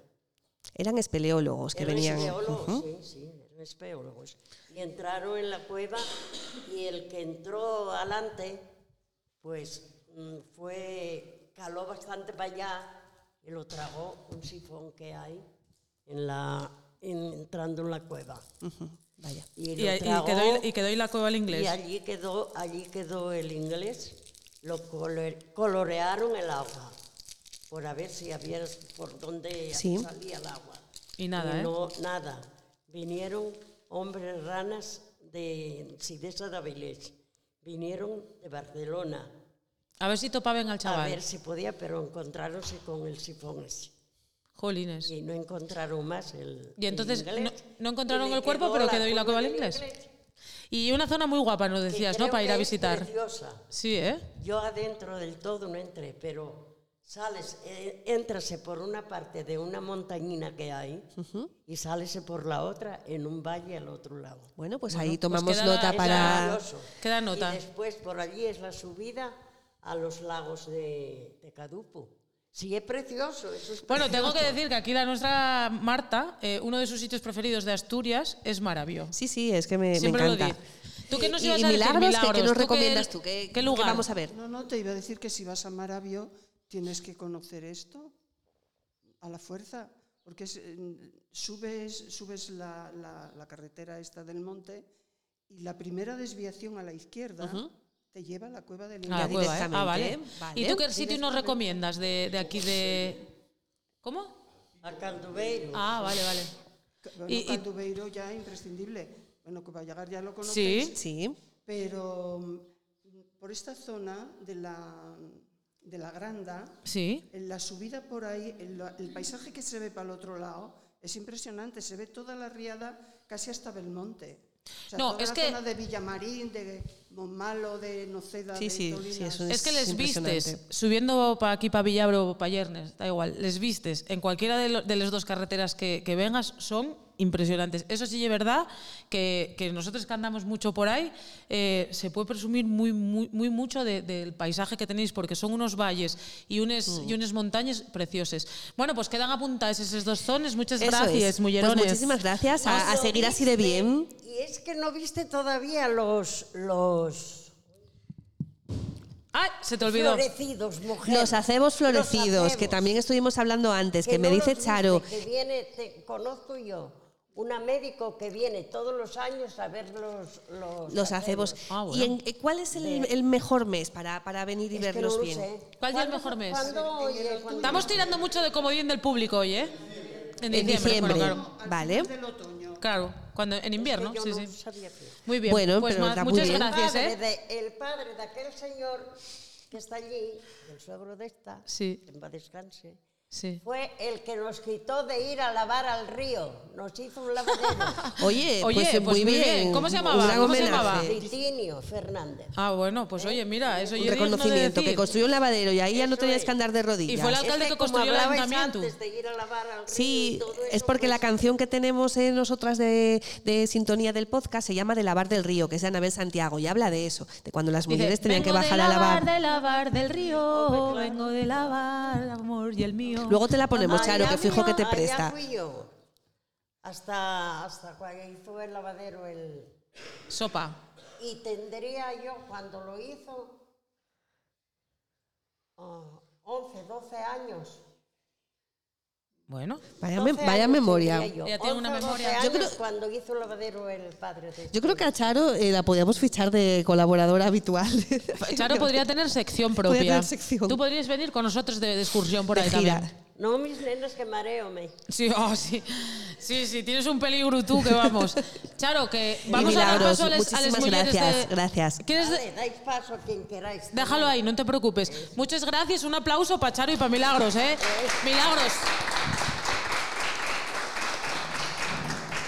[SPEAKER 1] Eran espeleólogos que
[SPEAKER 5] eran
[SPEAKER 1] venían.
[SPEAKER 5] espeleólogos,
[SPEAKER 1] Ujú.
[SPEAKER 5] sí, sí, eran espeleólogos. Y entraron en la cueva y el que entró adelante, pues mm, fue, caló bastante para allá y lo tragó un sifón que hay en la, en- entrando en la cueva.
[SPEAKER 1] Vaya.
[SPEAKER 5] Y,
[SPEAKER 2] Y,
[SPEAKER 5] lo
[SPEAKER 2] y
[SPEAKER 5] tragó,
[SPEAKER 2] quedó, y quedó ahí la cueva al
[SPEAKER 5] y
[SPEAKER 2] inglés.
[SPEAKER 5] allí quedó, allí quedó el inglés, lo colo- colorearon el agua, por a ver si había por dónde
[SPEAKER 1] Sí.
[SPEAKER 5] salía el agua.
[SPEAKER 2] Y nada, ¿eh?
[SPEAKER 5] No, nada. Vinieron hombres ranas de Sidesa de Avilés, vinieron de Barcelona
[SPEAKER 2] A ver si topaban al
[SPEAKER 5] a
[SPEAKER 2] chaval.
[SPEAKER 5] ver si podía, pero encontráronse con el sifón ese.
[SPEAKER 2] Jolines.
[SPEAKER 5] Y no encontraron más el.
[SPEAKER 2] Y entonces
[SPEAKER 5] el inglés.
[SPEAKER 2] no- no encontraron
[SPEAKER 5] Y le
[SPEAKER 2] el cuerpo, pero quedó ahí la cueva del
[SPEAKER 5] del
[SPEAKER 2] inglés. Y una zona muy guapa, nos
[SPEAKER 5] que
[SPEAKER 2] decías,
[SPEAKER 5] creo
[SPEAKER 2] ¿no? Para ir a
[SPEAKER 5] que es
[SPEAKER 2] visitar.
[SPEAKER 5] preciosa.
[SPEAKER 2] Sí, ¿eh?
[SPEAKER 5] Yo adentro del todo no entré, pero sales, eh, éntrase por una parte de una montañina que hay y sálese por la otra en un valle al otro lado.
[SPEAKER 1] Bueno, pues ahí tomamos
[SPEAKER 2] queda-
[SPEAKER 1] nota
[SPEAKER 2] queda
[SPEAKER 1] para...
[SPEAKER 5] maravilloso.
[SPEAKER 2] Queda nota.
[SPEAKER 5] Y después por allí es la subida a los lagos de, de Cadupo. Sí, es precioso. Eso es
[SPEAKER 2] Bueno, tengo
[SPEAKER 5] precioso.
[SPEAKER 2] que decir que aquí la nuestra Marta, eh, uno de sus sitios preferidos de Asturias es Marabio.
[SPEAKER 1] Sí, sí, es que me, me
[SPEAKER 2] Siempre lo
[SPEAKER 1] encanta.
[SPEAKER 2] digo. ¿Tú qué nos
[SPEAKER 1] Y-
[SPEAKER 2] ibas
[SPEAKER 1] y
[SPEAKER 2] a decir,
[SPEAKER 1] milagros, ¿qué- ¿qué,
[SPEAKER 2] Milagros?
[SPEAKER 1] nos
[SPEAKER 2] ¿Tú qué-
[SPEAKER 1] recomiendas tú? ¿Qué,
[SPEAKER 2] qué lugar?
[SPEAKER 1] vamos a ver?
[SPEAKER 6] No, no, te iba a decir que si vas a Maravio tienes que conocer esto a la fuerza, porque es, eh, subes, subes la, la- la carretera esta del monte y la primera desviación a la izquierda te lleva a la cueva del
[SPEAKER 2] A la
[SPEAKER 1] Ya
[SPEAKER 6] Inglés.
[SPEAKER 2] cueva, ¿eh? Ah, vale.
[SPEAKER 1] directamente, vale.
[SPEAKER 2] ¿Y tú qué sitio nos recomiendas de, de aquí de...? ¿Cómo?
[SPEAKER 5] A Calduveiro.
[SPEAKER 2] Ah, vale, vale.
[SPEAKER 6] Bueno,
[SPEAKER 2] Y- y-
[SPEAKER 6] Calduveiro ya imprescindible. Bueno, que va a llegar ya lo conoces.
[SPEAKER 2] Sí.
[SPEAKER 1] Sí,
[SPEAKER 6] Pero mm, por esta zona de la, de la Granda,
[SPEAKER 2] Sí.
[SPEAKER 6] En la subida por ahí, el, el paisaje que se ve para el otro lado es impresionante. Se ve toda la riada casi hasta Belmonte. O sea,
[SPEAKER 2] No,
[SPEAKER 6] toda
[SPEAKER 2] es
[SPEAKER 6] la
[SPEAKER 2] que-
[SPEAKER 6] zona de Villamarín, de Monmalo, de Noceda,
[SPEAKER 1] Sí,
[SPEAKER 6] de
[SPEAKER 1] sí,
[SPEAKER 6] Tolinas.
[SPEAKER 1] sí, es un-
[SPEAKER 2] Es que les
[SPEAKER 1] impresionante.
[SPEAKER 2] vistes, subiendo para aquí, para Villabro o para Yernes, da igual, les vistes en cualquiera de, lo- de las dos carreteras que, que vengas, son impresionantes. Eso sí es verdad que, que nosotros que andamos mucho por ahí, eh, se puede presumir muy, muy, muy mucho de- del paisaje que tenéis, porque son unos valles y unas,
[SPEAKER 1] Mm.
[SPEAKER 2] y unas montañas preciosas. Bueno, pues quedan apuntadas esas dos zonas. Muchas
[SPEAKER 1] Eso
[SPEAKER 2] gracias,
[SPEAKER 1] es.
[SPEAKER 2] mullerones.
[SPEAKER 1] Pues muchísimas gracias. A, a
[SPEAKER 5] Lo
[SPEAKER 1] seguir así de
[SPEAKER 5] viste,
[SPEAKER 1] bien.
[SPEAKER 5] Y es que no viste todavía los, los
[SPEAKER 2] ¡Ay! Se te olvidó.
[SPEAKER 5] florecidos, mujer.
[SPEAKER 1] Los acebos florecidos,
[SPEAKER 5] Los acebos.
[SPEAKER 1] que también estuvimos hablando antes, que, me
[SPEAKER 5] no
[SPEAKER 1] dice
[SPEAKER 5] los viste,
[SPEAKER 1] Charo.
[SPEAKER 5] Que viene, te conozco yo, una médico que viene todos los años a ver los, los,
[SPEAKER 1] Los acebos.
[SPEAKER 2] Ah, bueno.
[SPEAKER 1] ¿Y en- eh, cuál es el, el mejor mes para, para venir y
[SPEAKER 5] Es que
[SPEAKER 1] verlos
[SPEAKER 5] no lo
[SPEAKER 1] bien?
[SPEAKER 5] sé.
[SPEAKER 2] ¿Cuál día es el
[SPEAKER 5] ¿Cuándo-
[SPEAKER 2] mejor mes?
[SPEAKER 5] ¿Cuándo oye? cuándo-
[SPEAKER 2] Estamos tirando mucho de comodín del público hoy, ¿eh? En diciembre,
[SPEAKER 1] En diciembre,
[SPEAKER 2] bueno, claro.
[SPEAKER 1] ¿vale.
[SPEAKER 6] Del otoño.
[SPEAKER 2] Claro, cuando en invierno,
[SPEAKER 5] Yo
[SPEAKER 2] sí,
[SPEAKER 5] no
[SPEAKER 2] sí.
[SPEAKER 5] sabía que-
[SPEAKER 2] Muy bien,
[SPEAKER 1] Bueno,
[SPEAKER 2] pues
[SPEAKER 1] pero
[SPEAKER 2] ma-
[SPEAKER 1] está muy
[SPEAKER 2] muchas
[SPEAKER 1] bien.
[SPEAKER 2] gracias,
[SPEAKER 5] padre
[SPEAKER 2] ¿eh?
[SPEAKER 5] de- el padre de aquel señor que está allí, el suegro de esta,
[SPEAKER 2] Sí.
[SPEAKER 5] que en paz descanse,
[SPEAKER 2] Sí.
[SPEAKER 5] Fue el que nos quitó de ir a lavar al río. Nos hizo un lavadero.
[SPEAKER 1] Oye,
[SPEAKER 2] Oye,
[SPEAKER 1] pues, eh,
[SPEAKER 2] pues
[SPEAKER 1] muy
[SPEAKER 2] muy
[SPEAKER 1] bien.
[SPEAKER 2] bien. ¿Cómo se
[SPEAKER 1] un
[SPEAKER 2] llamaba?
[SPEAKER 1] gran
[SPEAKER 2] ¿Cómo se
[SPEAKER 1] homenaje.
[SPEAKER 2] llamaba?
[SPEAKER 5] Litinio Fernández.
[SPEAKER 2] Ah, bueno, pues oye, mira, eso
[SPEAKER 1] Un
[SPEAKER 2] yo
[SPEAKER 1] reconocimiento, que construyó un lavadero y ahí ya no
[SPEAKER 5] Eso
[SPEAKER 1] tenías
[SPEAKER 5] es.
[SPEAKER 1] que andar de rodillas.
[SPEAKER 2] Y fue la-
[SPEAKER 5] Es
[SPEAKER 2] alcalde que
[SPEAKER 5] Este, como
[SPEAKER 2] construyó el
[SPEAKER 5] hablabais
[SPEAKER 2] ayuntamiento.
[SPEAKER 5] antes de ir a lavar al río y
[SPEAKER 1] Sí,
[SPEAKER 5] todo
[SPEAKER 1] es
[SPEAKER 5] eso,
[SPEAKER 1] porque la
[SPEAKER 5] pues,
[SPEAKER 1] canción que tenemos eh, nosotras de, de sintonía del podcast se llama De lavar del río, que es de Anabel Santiago, y habla de eso, de cuando las mujeres tenían que bajar a lavar.
[SPEAKER 2] de lavar del río, vengo de lavar, amor y el mío.
[SPEAKER 1] Luego te la ponemos,
[SPEAKER 5] allá
[SPEAKER 1] Charo, que
[SPEAKER 5] fui
[SPEAKER 1] fijo
[SPEAKER 5] yo,
[SPEAKER 1] que te
[SPEAKER 5] allá
[SPEAKER 1] presta.
[SPEAKER 5] fui yo. Hasta, hasta cuando hizo el lavadero el...
[SPEAKER 2] Sopa.
[SPEAKER 5] Y tendría yo, cuando lo hizo, ah, 11, 12 años.
[SPEAKER 2] Bueno,
[SPEAKER 1] Vaya, me-
[SPEAKER 5] 12
[SPEAKER 1] vaya
[SPEAKER 5] años
[SPEAKER 1] memoria.
[SPEAKER 5] tendría yo.
[SPEAKER 2] Ella tiene una
[SPEAKER 5] 11 o 12
[SPEAKER 2] memoria.
[SPEAKER 1] Yo
[SPEAKER 5] años
[SPEAKER 1] creo-
[SPEAKER 5] cuando hizo el lavadero el padre de
[SPEAKER 1] Yo creo que a Charo eh, la podíamos fichar de colaboradora habitual.
[SPEAKER 2] Charo podría tener sección propia.
[SPEAKER 1] Podría tener sección.
[SPEAKER 2] Tú podrías venir con nosotros de, de excursión por
[SPEAKER 1] De
[SPEAKER 2] ahí
[SPEAKER 1] gira.
[SPEAKER 2] también.
[SPEAKER 5] No, mis nenas, que mareo me.
[SPEAKER 2] Sí, oh, sí. Sí, sí, tienes un peligro tú que vamos. Charo, que vamos a dar
[SPEAKER 1] milagros.
[SPEAKER 2] paso a les, a les
[SPEAKER 1] Muchísimas
[SPEAKER 2] mulleres
[SPEAKER 1] gracias,
[SPEAKER 2] de-
[SPEAKER 1] gracias.
[SPEAKER 2] ¿Quieres de-
[SPEAKER 5] Vale, dais paso a quien queráis.
[SPEAKER 2] Déjalo ahí, no te preocupes. Muchas gracias, un aplauso para Charo y para Milagros, ¿eh? Milagros.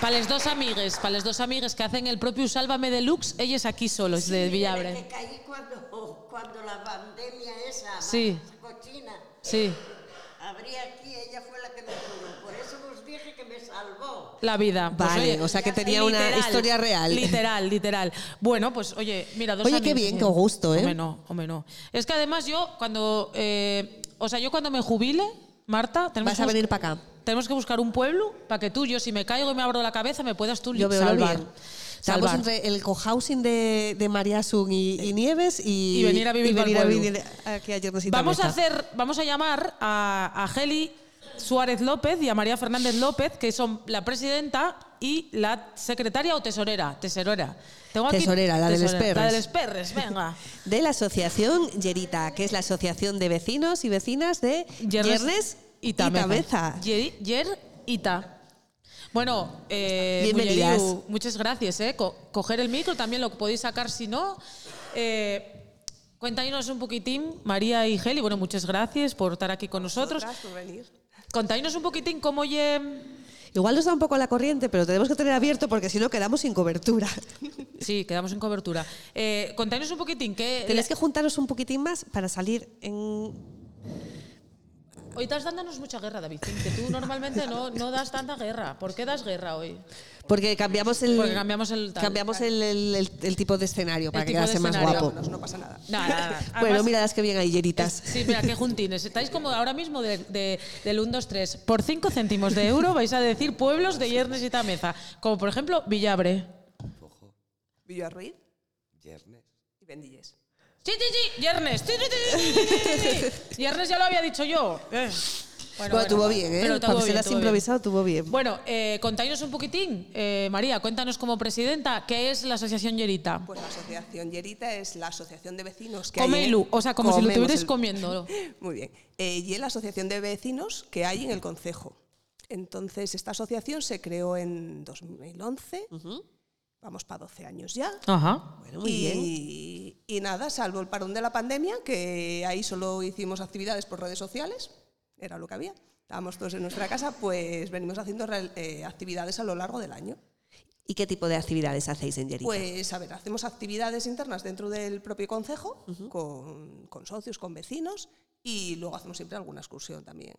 [SPEAKER 2] Para las dos amigues, para las dos amigues que hacen el propio Sálvame Deluxe, ellas aquí solos, de
[SPEAKER 5] Que
[SPEAKER 2] Villabre.
[SPEAKER 5] caí cuando, cuando la pandemia esa,
[SPEAKER 2] Sí.
[SPEAKER 5] esa cochina,
[SPEAKER 2] Sí,
[SPEAKER 5] abrí aquí, ella fue la que me curó. Por eso os dije que me salvó.
[SPEAKER 2] la vida. Pues,
[SPEAKER 1] Vale,
[SPEAKER 2] oye,
[SPEAKER 1] o sea que
[SPEAKER 5] ya sé.
[SPEAKER 1] tenía una
[SPEAKER 2] literal,
[SPEAKER 1] historia real.
[SPEAKER 2] Literal, literal. Bueno, pues oye, mira, dos
[SPEAKER 1] Oye, qué
[SPEAKER 2] amigos,
[SPEAKER 1] bien,
[SPEAKER 2] eh.
[SPEAKER 1] qué gusto, ¿eh?
[SPEAKER 2] Hombre, no, hombre, no. Es que además yo cuando... eh, o sea, yo cuando me jubile, Marta... Tenemos
[SPEAKER 1] Vas
[SPEAKER 2] que
[SPEAKER 1] a
[SPEAKER 2] bus-
[SPEAKER 1] venir para acá.
[SPEAKER 2] Tenemos que buscar un pueblo para que tú, yo, si me caigo y me abro la cabeza, me puedas tú
[SPEAKER 1] Yo veo
[SPEAKER 2] salvar.
[SPEAKER 1] bien. Estamos
[SPEAKER 2] Salvar. Eh,
[SPEAKER 1] entre el cohousing de, de María Sun y, y Nieves y,
[SPEAKER 2] Y venir a vivir
[SPEAKER 1] y
[SPEAKER 2] pa'l
[SPEAKER 1] venir a
[SPEAKER 2] pueblo.
[SPEAKER 1] vivir aquí a Yernesita
[SPEAKER 2] Vamos a
[SPEAKER 1] Mesa.
[SPEAKER 2] hacer, vamos a llamar a, a Geli Suárez López y a María Fernández López, que son la presidenta y la secretaria o tesorera, tesorera. Tengo aquí-
[SPEAKER 1] Tesorera, la del Esperres.
[SPEAKER 2] La del Esperres, venga.
[SPEAKER 1] de la asociación Yerita, que es la asociación de vecinos y vecinas de Yernes y Tabeza.
[SPEAKER 2] Yer, Yer y Ta. Bueno, eh,
[SPEAKER 1] Bienvenidas.
[SPEAKER 2] Mulleriu, muchas gracias. eh. Co- coger el micro también lo podéis sacar si no. Eh, cuéntanos un poquitín, María y Geli. Bueno, muchas gracias por estar aquí con nosotros. Contáis un poquitín cómo lle...
[SPEAKER 1] Igual nos da un poco la corriente, pero tenemos que tener abierto porque si no quedamos sin cobertura.
[SPEAKER 2] Sí, quedamos en cobertura. Eh, contáis un poquitín que...
[SPEAKER 1] Tenéis que juntaros un poquitín más para salir en...
[SPEAKER 2] Hoy estás dándonos mucha guerra, David. Que tú normalmente no, no das tanta guerra. ¿Por qué das guerra hoy?
[SPEAKER 1] Porque cambiamos el,
[SPEAKER 2] Porque cambiamos el tal.
[SPEAKER 1] cambiamos el, el- el- el tipo de escenario para que
[SPEAKER 2] tipo de
[SPEAKER 1] quedase más
[SPEAKER 2] escenario.
[SPEAKER 1] guapo.
[SPEAKER 6] no pasa nada.
[SPEAKER 2] Nada, nada, nada.
[SPEAKER 1] bueno,
[SPEAKER 2] Además-
[SPEAKER 1] mira las que bien hay, Yeritas.
[SPEAKER 2] Sí, mira, qué juntines. Estáis como ahora mismo de- de- del 1, 2, 3. Por 5 céntimos de euro vais a decir pueblos de Yernes y Tameza. Como por ejemplo Villabre.
[SPEAKER 7] Villarruiz. Yernes. Y Vendilles.
[SPEAKER 2] Sí, sí, sí, Yernes. Sí, sí, sí, sí, sí, sí, sí, sí. Yernes ya lo había dicho yo. Eh.
[SPEAKER 1] Bueno, tuvo bien, ¿eh?
[SPEAKER 2] Pero
[SPEAKER 1] Para
[SPEAKER 2] tuvo
[SPEAKER 1] que se
[SPEAKER 2] bien,
[SPEAKER 1] las
[SPEAKER 2] tuvo
[SPEAKER 1] improvisado, tuvo bien.
[SPEAKER 2] bien. Bueno, eh, contáis un poquitín, eh, María, cuéntanos como presidenta, ¿qué es la Asociación Yerita?
[SPEAKER 7] Pues la asociación Yerita es la asociación de vecinos que hay. en-
[SPEAKER 2] Comeilu, o sea, como si lo
[SPEAKER 7] Comemos
[SPEAKER 2] estuvierais
[SPEAKER 7] el-
[SPEAKER 2] comiendo.
[SPEAKER 7] Muy bien. Eh, y es la asociación de vecinos que hay en el concejo. Entonces, esta asociación se creó en 2011. Vamos para 12 años ya.
[SPEAKER 2] Ajá.
[SPEAKER 1] Bueno, muy bien.
[SPEAKER 7] y, y nada, salvo el parón de la pandemia, que ahí solo hicimos actividades por redes sociales, era lo que había. Estábamos todos en nuestra casa, pues venimos haciendo real- eh, actividades a lo largo del año.
[SPEAKER 1] ¿Y qué tipo de actividades hacéis en Yerita?
[SPEAKER 7] Pues, a ver, hacemos actividades internas dentro del propio concejo, con, con socios, con vecinos, y luego hacemos siempre alguna excursión también,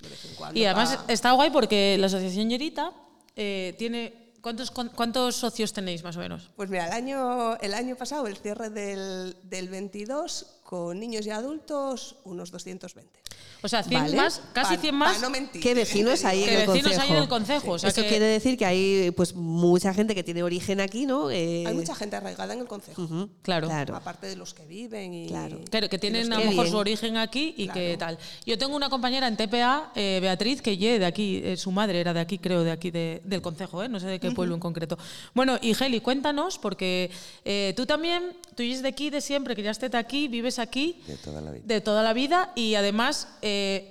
[SPEAKER 7] de vez en cuando.
[SPEAKER 2] Y además
[SPEAKER 7] pa-
[SPEAKER 2] está guay porque la Asociación Yerita eh, tiene... ¿Cuántos, con- ¿Cuántos socios tenéis más o menos?
[SPEAKER 7] Pues mira, el año, el año pasado, el cierre del, del 22, con niños y adultos, unos 220.
[SPEAKER 2] O sea, 100
[SPEAKER 1] Vale.
[SPEAKER 2] más, casi
[SPEAKER 7] Pa-
[SPEAKER 2] 100
[SPEAKER 7] pa
[SPEAKER 2] más.
[SPEAKER 7] no mentir.
[SPEAKER 1] ¿Qué vecinos hay en
[SPEAKER 2] ¿Qué
[SPEAKER 1] el
[SPEAKER 2] vecinos
[SPEAKER 1] concejo?
[SPEAKER 2] hay en el concejo? O sea
[SPEAKER 1] Eso
[SPEAKER 2] que-
[SPEAKER 1] quiere decir que hay pues mucha gente que tiene origen aquí, ¿no? Eh,
[SPEAKER 7] Hay mucha gente arraigada en el concejo,
[SPEAKER 2] Claro.
[SPEAKER 1] Claro.
[SPEAKER 7] aparte de los que viven y
[SPEAKER 1] Claro.
[SPEAKER 2] Claro, que tienen a lo
[SPEAKER 1] Qué
[SPEAKER 2] mejor
[SPEAKER 1] bien.
[SPEAKER 2] su origen aquí y que tal. Yo tengo una compañera en TPA, eh, Beatriz, que ye de aquí, eh, su madre era de aquí, creo, de aquí de- del concejo, ¿eh? no sé de qué pueblo en concreto. Bueno, y Geli, cuéntanos, porque eh, tú también, tú eres de aquí de siempre, criaste aquí, vives aquí.
[SPEAKER 8] De toda la vida.
[SPEAKER 2] De toda la vida y además eh,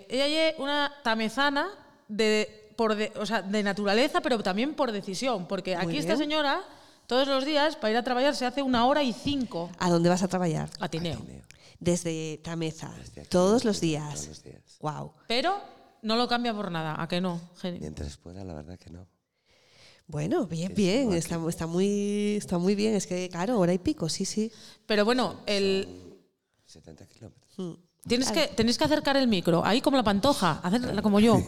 [SPEAKER 2] ella ye una tamezana de, por de, o sea, de naturaleza, pero también por decisión, porque aquí esta señora todos los días para ir a trabajar se hace una hora y cinco
[SPEAKER 1] ¿A dónde vas a trabajar?
[SPEAKER 2] a Tineo.
[SPEAKER 8] Tineo,
[SPEAKER 1] Desde Tameza.
[SPEAKER 8] desde aquí,
[SPEAKER 1] todos los
[SPEAKER 8] desde
[SPEAKER 1] días.
[SPEAKER 8] Todos los días.
[SPEAKER 1] Wow.
[SPEAKER 2] Pero No lo cambia por nada, ¿a que no? Geni?
[SPEAKER 8] Mientras pueda, la verdad que no.
[SPEAKER 1] Bueno, bien,
[SPEAKER 8] Es
[SPEAKER 1] bien,
[SPEAKER 8] igual
[SPEAKER 1] está, está muy, está muy bien. Es que, claro, hora y pico, sí, sí.
[SPEAKER 2] Pero bueno, el,
[SPEAKER 8] 70 kilómetros.
[SPEAKER 2] Tienes que, tenéis que acercar el micro, ahí como la pantoja, hacerla como yo.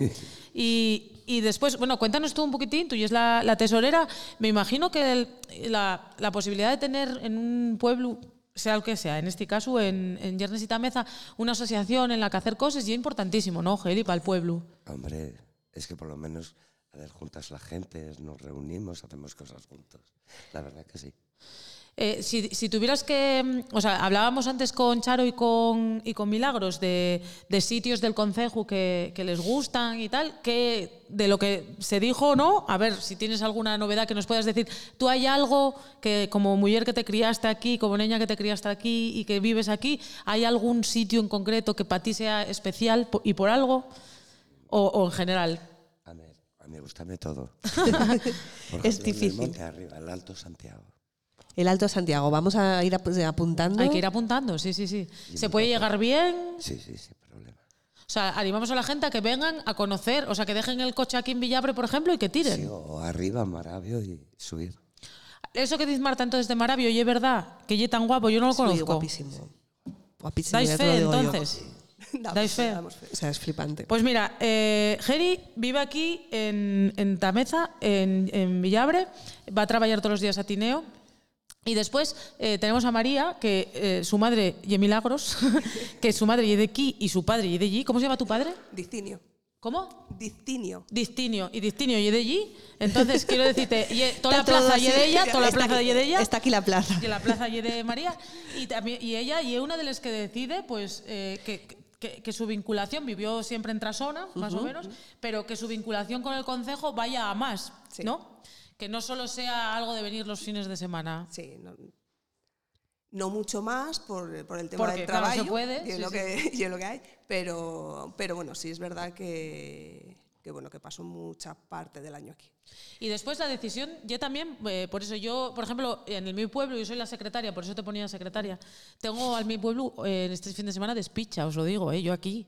[SPEAKER 2] Y, y después, bueno, cuéntanos tú un poquitín, tú y es la, la tesorera. Me imagino que el- la, la posibilidad de tener en un pueblo, sea el que sea, en este caso en, en Yernes y Tameza, una asociación en la que hacer cosas y es importantísimo, ¿no, Geli, para el pueblo?
[SPEAKER 8] Hombre, es que por lo menos a ver, juntas la gente, nos reunimos, hacemos cosas juntos. La verdad que sí.
[SPEAKER 2] Eh, si, si tuvieras que, mm, o sea, hablábamos antes con Charo y con, y con Milagros de, de sitios del concejo que, que les gustan y tal, que de lo que se dijo o no, a ver si tienes alguna novedad que nos puedas decir. ¿Tú hay algo que como mujer que te criaste aquí, como niña que te criaste aquí y que vives aquí, hay algún sitio en concreto que para ti sea especial po- y por algo? O, o en general.
[SPEAKER 8] A ver, a mí gustame todo. Por
[SPEAKER 1] Es
[SPEAKER 8] ejemplo, en el
[SPEAKER 1] difícil.
[SPEAKER 8] monte arriba, el Alto Santiago.
[SPEAKER 1] El Alto Santiago, vamos a ir ap- eh, apuntando.
[SPEAKER 2] Hay que ir apuntando, sí, sí, sí. Se puede llegar bien,
[SPEAKER 8] Sí, sí, sin problema.
[SPEAKER 2] O sea, animamos a la gente a que vengan a conocer, o sea, que dejen el coche aquí en Villabre, por ejemplo, y que tiren.
[SPEAKER 8] Sí, o arriba, Maravio y subir.
[SPEAKER 2] Eso que dice Marta entonces de Maravio, y es verdad, que ye tan guapo, yo no lo
[SPEAKER 1] Sí,
[SPEAKER 2] conozco.
[SPEAKER 1] guapísimo. Guapísimo.
[SPEAKER 2] ¿Dais
[SPEAKER 1] ya te lo
[SPEAKER 2] fe
[SPEAKER 1] digo yo.
[SPEAKER 2] entonces?
[SPEAKER 7] Damos
[SPEAKER 2] ¿Dais
[SPEAKER 7] fe,
[SPEAKER 2] fe?
[SPEAKER 7] damos fe.
[SPEAKER 1] O sea, es flipante.
[SPEAKER 2] Pues mira, eh, Geri vive aquí en, en Tameza, en, en Villabre, va a trabajar todos los días a Tineo. Y después eh, tenemos a María, que eh, su madre y Milagros, que su madre y de aquí y su padre y de allí. ¿Cómo se llama tu padre?
[SPEAKER 7] Distinio.
[SPEAKER 2] ¿Cómo?
[SPEAKER 7] Distinio.
[SPEAKER 2] Distinio y Distinio y de allí. Entonces, quiero decirte, ye- toda la
[SPEAKER 1] Está todo
[SPEAKER 2] plaza y
[SPEAKER 1] así.
[SPEAKER 2] de ella, toda la
[SPEAKER 1] Está
[SPEAKER 2] plaza
[SPEAKER 1] aquí-
[SPEAKER 2] y de ella.
[SPEAKER 1] Está aquí la plaza.
[SPEAKER 2] Y la plaza y de María. Y, también, y ella y es una de las que decide pues, eh, que, que- que su vinculación, vivió siempre en Trasona, más o menos, pero que su vinculación con el concejo vaya a más,
[SPEAKER 7] Sí.
[SPEAKER 2] ¿no? Que no solo sea algo de venir los fines de semana.
[SPEAKER 7] Sí, no, no mucho más por, por el tema
[SPEAKER 2] Porque,
[SPEAKER 7] del
[SPEAKER 2] claro, se
[SPEAKER 7] trabajo
[SPEAKER 2] puede,
[SPEAKER 7] y, es
[SPEAKER 2] sí,
[SPEAKER 7] lo
[SPEAKER 2] sí.
[SPEAKER 7] que, y es lo que hay, pero, pero bueno, sí es verdad que, que, bueno, que paso mucha parte del año aquí.
[SPEAKER 2] Y después la decisión, yo también, eh, por eso yo, por ejemplo, en el mi pueblo, yo soy la secretaria, por eso te ponía secretaria, tengo al mi pueblo eh, en este fin de semana despicha, os lo digo, eh, yo aquí.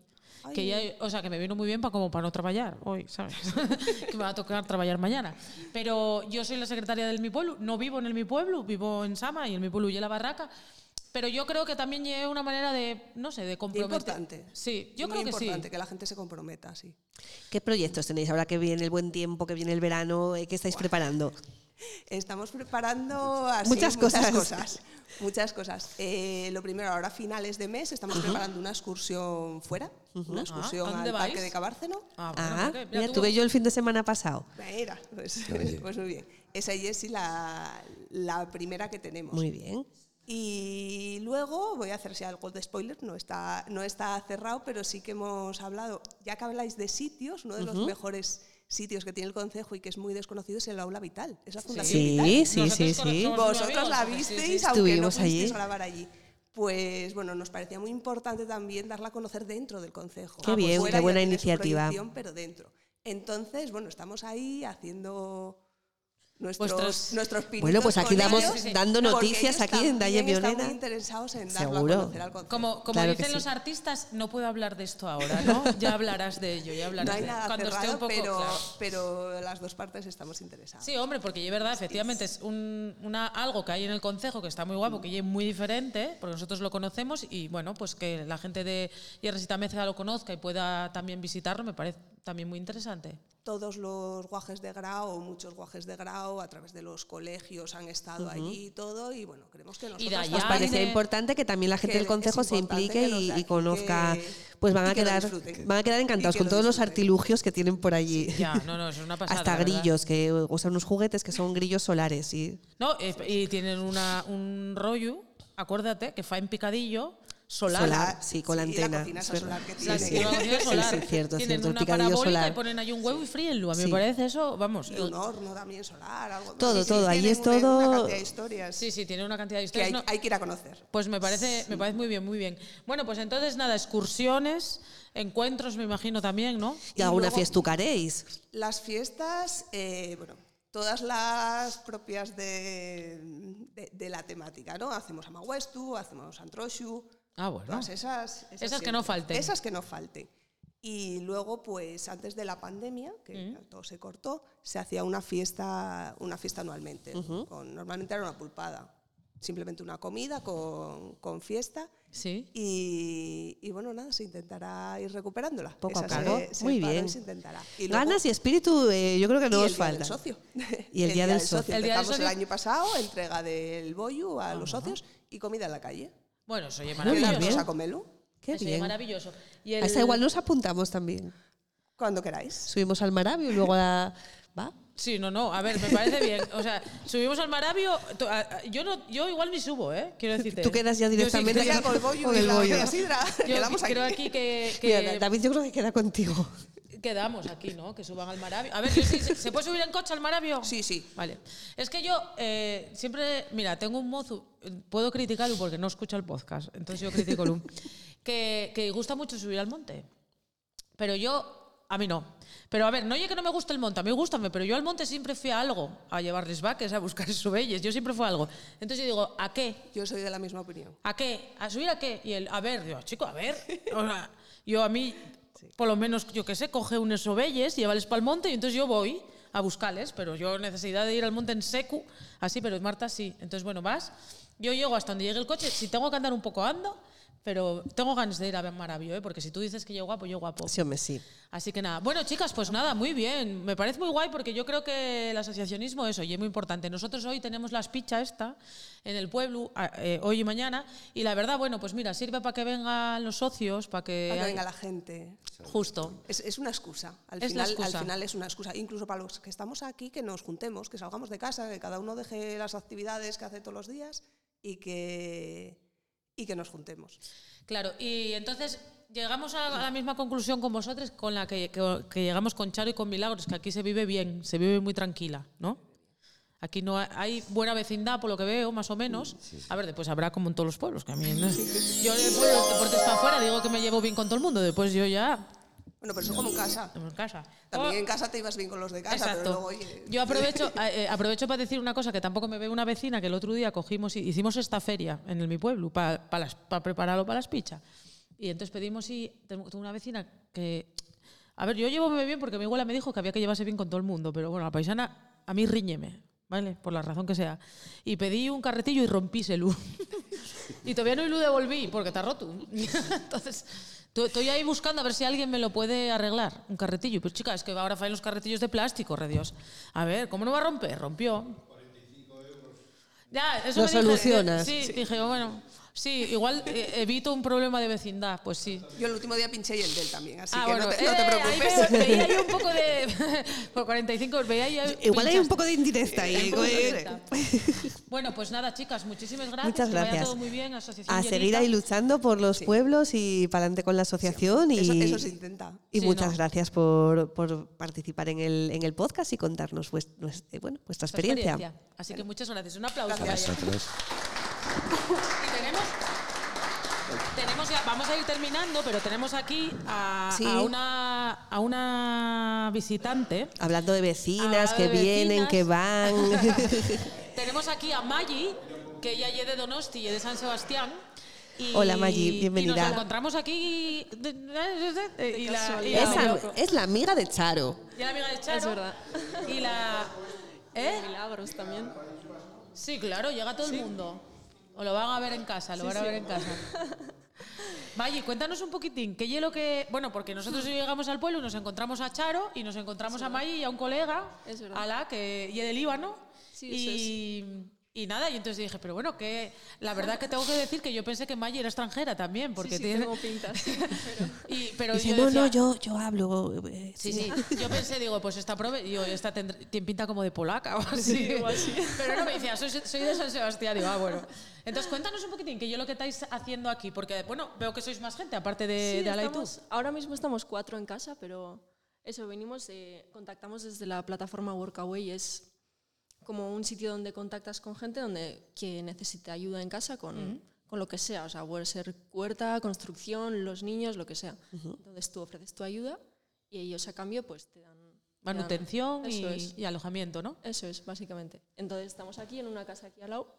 [SPEAKER 2] Que ya, o sea, que me vino muy bien para como para no trabajar hoy, ¿sabes? que me va a tocar trabajar mañana. Pero yo soy la secretaria del mi pueblo, no vivo en el mi pueblo, vivo en Sama y en mi pueblo y en la barraca. Pero yo creo que también es una manera de, no sé, de comprometer.
[SPEAKER 7] Importante.
[SPEAKER 2] Sí, yo
[SPEAKER 7] Muy
[SPEAKER 2] creo que sí.
[SPEAKER 7] importante que la gente se comprometa, sí.
[SPEAKER 1] ¿Qué proyectos tenéis ahora que viene el buen tiempo, que viene el verano? eh, ¿Qué estáis preparando?
[SPEAKER 7] Estamos preparando así
[SPEAKER 1] Muchas
[SPEAKER 7] muchas
[SPEAKER 1] cosas.
[SPEAKER 7] cosas. muchas cosas. Eh, lo primero, ahora a finales de mes estamos preparando una excursión fuera, una excursión
[SPEAKER 2] Ah, ¿a dónde
[SPEAKER 7] al
[SPEAKER 2] vais?
[SPEAKER 7] Parque de Cabárceno.
[SPEAKER 2] Ah, bueno,
[SPEAKER 1] Ah,
[SPEAKER 2] ¿por qué? Mira,
[SPEAKER 1] mira,
[SPEAKER 2] tú-
[SPEAKER 1] tuve yo el fin de semana pasado.
[SPEAKER 7] Era, pues,
[SPEAKER 8] Oye.
[SPEAKER 7] pues muy bien. Esa y es sí, la, la primera que tenemos.
[SPEAKER 1] Muy bien.
[SPEAKER 7] Y luego voy a hacer ya algo de spoiler, no está, no está cerrado, pero sí que hemos hablado, ya que habláis de sitios, uno de los mejores sitios que tiene el Concejo y que es muy desconocido es el Aula Vital, es la Fundación Vital.
[SPEAKER 1] Sí, sí,
[SPEAKER 2] Nosotros
[SPEAKER 1] sí, sí.
[SPEAKER 2] conocemos-
[SPEAKER 7] Vosotros
[SPEAKER 2] Sí,
[SPEAKER 7] la
[SPEAKER 2] sí, sí.
[SPEAKER 7] visteis, aunque no
[SPEAKER 1] Estuvimos
[SPEAKER 7] pudisteis
[SPEAKER 1] allí.
[SPEAKER 7] grabar allí. Pues bueno, nos parecía muy importante también darla a conocer dentro del Concejo. Ah, pues
[SPEAKER 1] Qué bien,
[SPEAKER 7] fuera
[SPEAKER 1] qué
[SPEAKER 7] ya
[SPEAKER 1] buena
[SPEAKER 7] tiene su
[SPEAKER 1] iniciativa.
[SPEAKER 7] proyección, Pero dentro. Entonces, bueno, estamos ahí haciendo nuestros,
[SPEAKER 2] Vuestros-
[SPEAKER 7] nuestros pinitos
[SPEAKER 1] Bueno, pues aquí
[SPEAKER 7] con
[SPEAKER 1] damos-
[SPEAKER 7] ellos,
[SPEAKER 2] Sí, sí.
[SPEAKER 1] dando
[SPEAKER 7] porque
[SPEAKER 1] noticias
[SPEAKER 7] ellos
[SPEAKER 1] aquí en Dalle
[SPEAKER 7] también están
[SPEAKER 1] Violena.
[SPEAKER 7] muy interesados en darlo
[SPEAKER 1] Seguro.
[SPEAKER 7] a conocer al Concejo.
[SPEAKER 2] Como, como
[SPEAKER 1] Claro que
[SPEAKER 2] dicen
[SPEAKER 1] sí.
[SPEAKER 2] los artistas, no puedo hablar de esto ahora, ¿no? Ya hablarás de ello, ya
[SPEAKER 7] no
[SPEAKER 2] hablarás
[SPEAKER 7] hay
[SPEAKER 2] de
[SPEAKER 7] nada
[SPEAKER 2] cuando esté
[SPEAKER 7] cerrado,
[SPEAKER 2] un poco
[SPEAKER 7] pero,
[SPEAKER 2] claro.
[SPEAKER 7] pero las dos partes estamos interesadas.
[SPEAKER 2] Sí, hombre, porque es verdad, efectivamente es un, una, algo que hay en el concejo que está muy guapo, que es muy diferente, porque nosotros lo conocemos y bueno, pues que la gente de Hierres y Tameza lo conozca y pueda también visitarlo, me parece también muy interesante.
[SPEAKER 7] todos los guajes de grado, o muchos guajes de grado, a través de los colegios han estado allí y todo, y bueno, creemos que nosotros...
[SPEAKER 2] de allá
[SPEAKER 7] también-
[SPEAKER 2] Ay,
[SPEAKER 1] Parecía
[SPEAKER 2] de-
[SPEAKER 1] importante que también la gente
[SPEAKER 7] que
[SPEAKER 1] del
[SPEAKER 7] es
[SPEAKER 1] concejo se
[SPEAKER 7] importante
[SPEAKER 1] implique
[SPEAKER 7] que los de
[SPEAKER 1] y, y
[SPEAKER 7] aquí
[SPEAKER 1] conozca.
[SPEAKER 7] que-
[SPEAKER 1] pues van
[SPEAKER 7] y
[SPEAKER 1] a
[SPEAKER 7] que lo
[SPEAKER 1] quedar,
[SPEAKER 7] disfruten.
[SPEAKER 1] van a quedar
[SPEAKER 7] Y que
[SPEAKER 1] encantados
[SPEAKER 7] lo
[SPEAKER 1] con todos los
[SPEAKER 7] disfruten.
[SPEAKER 1] artilugios que tienen por allí.
[SPEAKER 2] Ya, no, no, es una pasada.
[SPEAKER 1] Hasta
[SPEAKER 2] la verdad.
[SPEAKER 1] grillos, que usan unos juguetes que son grillos solares. Y
[SPEAKER 2] No, eh, y tienen una, un rollo, acuérdate, que fa en picadillo, solar.
[SPEAKER 1] solar, sí, con la
[SPEAKER 7] Sí, la
[SPEAKER 1] antena.
[SPEAKER 7] cocina
[SPEAKER 1] es
[SPEAKER 7] esa
[SPEAKER 1] verdad.
[SPEAKER 7] solar que
[SPEAKER 1] Sí,
[SPEAKER 7] tiene.
[SPEAKER 2] La
[SPEAKER 1] sí.
[SPEAKER 2] activación solar.
[SPEAKER 1] Sí, sí, cierto,
[SPEAKER 2] Tienen
[SPEAKER 1] cierto. El
[SPEAKER 2] una
[SPEAKER 1] picadillo
[SPEAKER 2] parabólica
[SPEAKER 1] solar.
[SPEAKER 2] y ponen ahí un huevo y fríenlo. A mí
[SPEAKER 1] Sí.
[SPEAKER 2] me parece eso, vamos.
[SPEAKER 7] Y un horno también solar, algo...
[SPEAKER 1] Todo, todo, ahí es
[SPEAKER 7] tienen una-
[SPEAKER 1] todo-
[SPEAKER 7] Una cantidad de historias
[SPEAKER 2] Sí, sí, tiene una cantidad de
[SPEAKER 7] que
[SPEAKER 2] historias.
[SPEAKER 7] hay,
[SPEAKER 2] no-
[SPEAKER 7] hay que ir a conocer.
[SPEAKER 2] pues me parece, me parece muy bien, muy bien. Bueno, pues entonces nada, excursiones, encuentros, me imagino también, ¿no?
[SPEAKER 1] Y alguna
[SPEAKER 7] luego-
[SPEAKER 1] fiestucaréis.
[SPEAKER 7] Las fiestas, eh, bueno, todas las propias de, de, de la temática, ¿no? Hacemos Amahuestu, hacemos Antroshu,
[SPEAKER 1] pues,
[SPEAKER 2] Ah, bueno.
[SPEAKER 7] todas Pues esas,
[SPEAKER 2] Esas que no falten.
[SPEAKER 7] Esas que no falten. Y luego, pues antes de la pandemia,
[SPEAKER 2] Mm.
[SPEAKER 7] que todo se cortó, se hacía una fiesta, una fiesta anualmente. con- normalmente era una pulpada, simplemente una comida con, con fiesta.
[SPEAKER 2] Sí.
[SPEAKER 7] Y, y, bueno, nada, se intentará ir recuperándola.
[SPEAKER 1] Poco a
[SPEAKER 7] Esa se-
[SPEAKER 1] poco.
[SPEAKER 7] se,
[SPEAKER 1] Muy
[SPEAKER 7] paró y
[SPEAKER 1] bien.
[SPEAKER 7] Se intentará. luego-
[SPEAKER 1] Ganas y espíritu, eh, yo creo que
[SPEAKER 7] y
[SPEAKER 1] no
[SPEAKER 7] el
[SPEAKER 1] os
[SPEAKER 7] día del
[SPEAKER 1] falta.
[SPEAKER 7] socio.
[SPEAKER 1] Y el día del socio.
[SPEAKER 2] El día del
[SPEAKER 7] Empezamos el
[SPEAKER 2] socio.
[SPEAKER 7] año pasado, entrega del boyu a los socios y comida en la calle.
[SPEAKER 2] Bueno, eso oye
[SPEAKER 1] Muy
[SPEAKER 2] maravilloso.
[SPEAKER 1] bien.
[SPEAKER 7] Vamos a comerlo
[SPEAKER 1] Qué
[SPEAKER 2] Eso oye
[SPEAKER 1] bien.
[SPEAKER 2] maravilloso. Y el-
[SPEAKER 1] A esta igual nos apuntamos también.
[SPEAKER 7] cuando queráis.
[SPEAKER 1] Subimos al Marabio y luego a. ¿Va?
[SPEAKER 2] Sí, no, no, a ver, me parece bien. O sea, subimos al Marabio, to- a- a- yo no yo igual ni subo, ¿eh? Quiero decirte.
[SPEAKER 1] Tú quedas ya
[SPEAKER 2] Yo sí
[SPEAKER 1] directamente
[SPEAKER 2] quedo-
[SPEAKER 1] Ya con el bollo y la media
[SPEAKER 7] sidra.
[SPEAKER 2] Yo
[SPEAKER 7] Quedamos
[SPEAKER 2] creo
[SPEAKER 7] aquí.
[SPEAKER 2] aquí que, que
[SPEAKER 1] Mira, David, yo creo que queda contigo.
[SPEAKER 2] quedamos aquí, ¿no? Que suban al Marabio. A ver, yo sí- ¿se puede subir en coche al Marabio?
[SPEAKER 7] Sí, sí.
[SPEAKER 2] Vale. Es que yo eh, siempre, mira, tengo un mozo, puedo criticarlo porque no escucha el podcast, entonces yo critico lo que, que gusta mucho subir al monte. Pero yo, a mí no. Pero a ver, no es que no me guste el monte, a mí gustame, pero yo al monte siempre fui a algo, a llevarles vaques, a buscar sobelles, yo siempre fui a algo. Entonces yo digo, ¿a qué?
[SPEAKER 7] Yo soy de la misma opinión.
[SPEAKER 2] ¿A qué? ¿A subir a qué? Y él, a ver, yo, chico, a ver. O sea, yo a mí, por lo menos, yo qué sé, coge unos ovelles, llévales para el monte y entonces yo voy a buscarles, pero yo necesidad de ir al monte en secu, así, pero Marta sí. Entonces, bueno, vas, yo llego hasta donde llegue el coche, si tengo que andar un poco ando, pero tengo ganas de ir a ver Maravio, ¿eh? porque si tú dices que yo guapo, yo guapo.
[SPEAKER 1] Sí, hombre, sí.
[SPEAKER 2] Así que nada, bueno chicas, pues nada, muy bien, me parece muy guay porque yo creo que el asociacionismo es oye, muy importante. Nosotros hoy tenemos la pichas esta en el pueblo, a- eh, hoy y mañana, y la verdad, bueno, pues mira, sirve para que vengan los socios, para que...
[SPEAKER 7] Para que venga la gente.
[SPEAKER 2] Justo.
[SPEAKER 7] Es, es una excusa. Al,
[SPEAKER 2] Es la
[SPEAKER 7] final,
[SPEAKER 2] excusa.
[SPEAKER 7] al final es una excusa. Incluso para los que estamos aquí, que nos juntemos, que salgamos de casa, que cada uno deje las actividades que hace todos los días y que, y que nos juntemos.
[SPEAKER 2] Claro, y entonces llegamos a la misma conclusión con vosotros con la que, que- que llegamos con Charo y con Milagros, que aquí se vive bien, se vive muy tranquila, ¿no? Aquí no hay, hay buena vecindad, por lo que veo, más o menos. A ver, después habrá como en todos los pueblos, que a mí... ¿no? Yo en el pueblo, porque está afuera, digo que me llevo bien con todo el mundo, después yo ya...
[SPEAKER 7] Bueno, pero eso como en casa.
[SPEAKER 2] En casa.
[SPEAKER 7] También
[SPEAKER 2] Oh,
[SPEAKER 7] en casa te ibas bien con los de casa, pero
[SPEAKER 2] Exacto.
[SPEAKER 7] luego, oye,
[SPEAKER 2] Yo aprovecho, eh, eh, aprovecho para decir una cosa que tampoco me ve una vecina que el otro día cogimos y hicimos esta feria en el mi pueblo para prepararlo para las pichas. Y entonces pedimos y tengo tengo una vecina que a ver, yo llevo muy bien porque mi abuela me dijo que había que llevarse bien con todo el mundo, pero bueno, la paisana a mí riñeme, ¿vale? Por la razón que sea. Y pedí un carretillo y rompí ese luz. y todavía no lo devolví porque está roto. Entonces, to- estoy ahí buscando a ver si alguien me lo puede arreglar, un carretillo. Pues chica, es que ahora fallan los carretillos de plástico, re Dios. A ver, ¿cómo no va a romper? Rompió. Ya, eso
[SPEAKER 1] Lo
[SPEAKER 2] me dije,
[SPEAKER 1] solucionas.
[SPEAKER 2] Sí, dije, bueno, sí, igual eh, evito un problema de vecindad, pues sí.
[SPEAKER 7] yo el último día pinché y el del también, así
[SPEAKER 2] Ah,
[SPEAKER 7] que
[SPEAKER 2] bueno,
[SPEAKER 7] no, te, no te
[SPEAKER 2] eh, ahí
[SPEAKER 7] preocupes.
[SPEAKER 2] veo- veía yo un poco de. por 45, veía yo.
[SPEAKER 1] Igual hay un
[SPEAKER 2] pinchas.
[SPEAKER 1] poco de indirecta ahí.
[SPEAKER 2] Eh, Un poco de
[SPEAKER 1] eh,
[SPEAKER 2] indirecta. Bueno, pues nada, chicas, muchísimas gracias.
[SPEAKER 1] Muchas
[SPEAKER 2] que vaya
[SPEAKER 1] gracias.
[SPEAKER 2] todo muy bien, Asociación
[SPEAKER 1] eh, A
[SPEAKER 2] Llerita.
[SPEAKER 1] seguir ahí luchando por los pueblos y para adelante con la asociación. Y,
[SPEAKER 7] Eso, eso se intenta.
[SPEAKER 1] y
[SPEAKER 2] Sí,
[SPEAKER 1] muchas
[SPEAKER 2] no.
[SPEAKER 1] gracias por, por participar en el, en el podcast y contarnos vues- nues- eh, bueno, vuestra
[SPEAKER 2] Esta
[SPEAKER 1] experiencia.
[SPEAKER 2] Así que muchas gracias. Un aplauso.
[SPEAKER 8] A
[SPEAKER 2] vaya.
[SPEAKER 8] vosotros.
[SPEAKER 2] Y tenemos. Tenemos ya- vamos a ir terminando, pero tenemos aquí a,
[SPEAKER 1] Sí.
[SPEAKER 2] a una, a una visitante.
[SPEAKER 1] Hablando de vecinas
[SPEAKER 2] Ah,
[SPEAKER 1] que
[SPEAKER 2] de
[SPEAKER 1] vienen,
[SPEAKER 2] vecinas.
[SPEAKER 1] que van.
[SPEAKER 2] Tenemos aquí a Maggi, que ella es de Donosti y de San Sebastián. Y-
[SPEAKER 1] Hola, Maggi,
[SPEAKER 2] Y
[SPEAKER 1] bienvenida.
[SPEAKER 2] nos encontramos aquí. de- Y la, y la-
[SPEAKER 1] es, am- es la amiga de Charo.
[SPEAKER 2] y la amiga de Charo.
[SPEAKER 9] Es verdad.
[SPEAKER 2] Y la. ¿Eh?
[SPEAKER 9] Milagros también.
[SPEAKER 2] Sí, claro, llega todo el mundo. O lo van a ver en casa, lo van a ver en casa. Maggi, cuéntanos un poquitín, ¿qué hielo que...? Bueno, porque
[SPEAKER 9] Mm.
[SPEAKER 2] nosotros llegamos al pueblo y nos encontramos a Charo y nos encontramos a Maggi y a un colega,
[SPEAKER 9] Es verdad.
[SPEAKER 2] Ala, que y del Líbano.
[SPEAKER 9] Sí,
[SPEAKER 2] y, y nada, y entonces dije, pero bueno, que la verdad que tengo que decir que yo pensé que Maggi era extranjera también,
[SPEAKER 9] sí,
[SPEAKER 2] porque
[SPEAKER 9] sí,
[SPEAKER 2] tiene...
[SPEAKER 9] tengo pintas. pero-
[SPEAKER 2] Y, pero
[SPEAKER 1] Dice,
[SPEAKER 2] yo
[SPEAKER 1] no,
[SPEAKER 2] decía,
[SPEAKER 1] no, yo, yo hablo. eh,
[SPEAKER 2] Sí, sí. Yo pensé, digo, pues esta prove, digo, esta tendr- tiene pinta como de polaca o así.
[SPEAKER 9] igual sí.
[SPEAKER 2] Pero no me decía, soy, soy de San Sebastián, digo, ah, bueno. Entonces, cuéntanos un poquitín, que yo lo que estáis haciendo aquí, porque, bueno, veo que sois más gente, aparte de,
[SPEAKER 9] Sí,
[SPEAKER 2] de Ala y tú.
[SPEAKER 9] estamos- ahora mismo estamos cuatro en casa, pero eso, venimos, eh, contactamos desde la plataforma Workaway, es como un sitio donde contactas con gente donde que necesita ayuda en casa con, con lo que sea, o sea, puede ser puerta, construcción, los niños, lo que sea. Entonces tú ofreces tu ayuda y ellos a cambio pues te dan... te dan-
[SPEAKER 2] Manutención y,
[SPEAKER 9] Eso es.
[SPEAKER 2] y alojamiento, ¿no?
[SPEAKER 9] Eso es, básicamente. Entonces estamos aquí en una casa aquí al lado.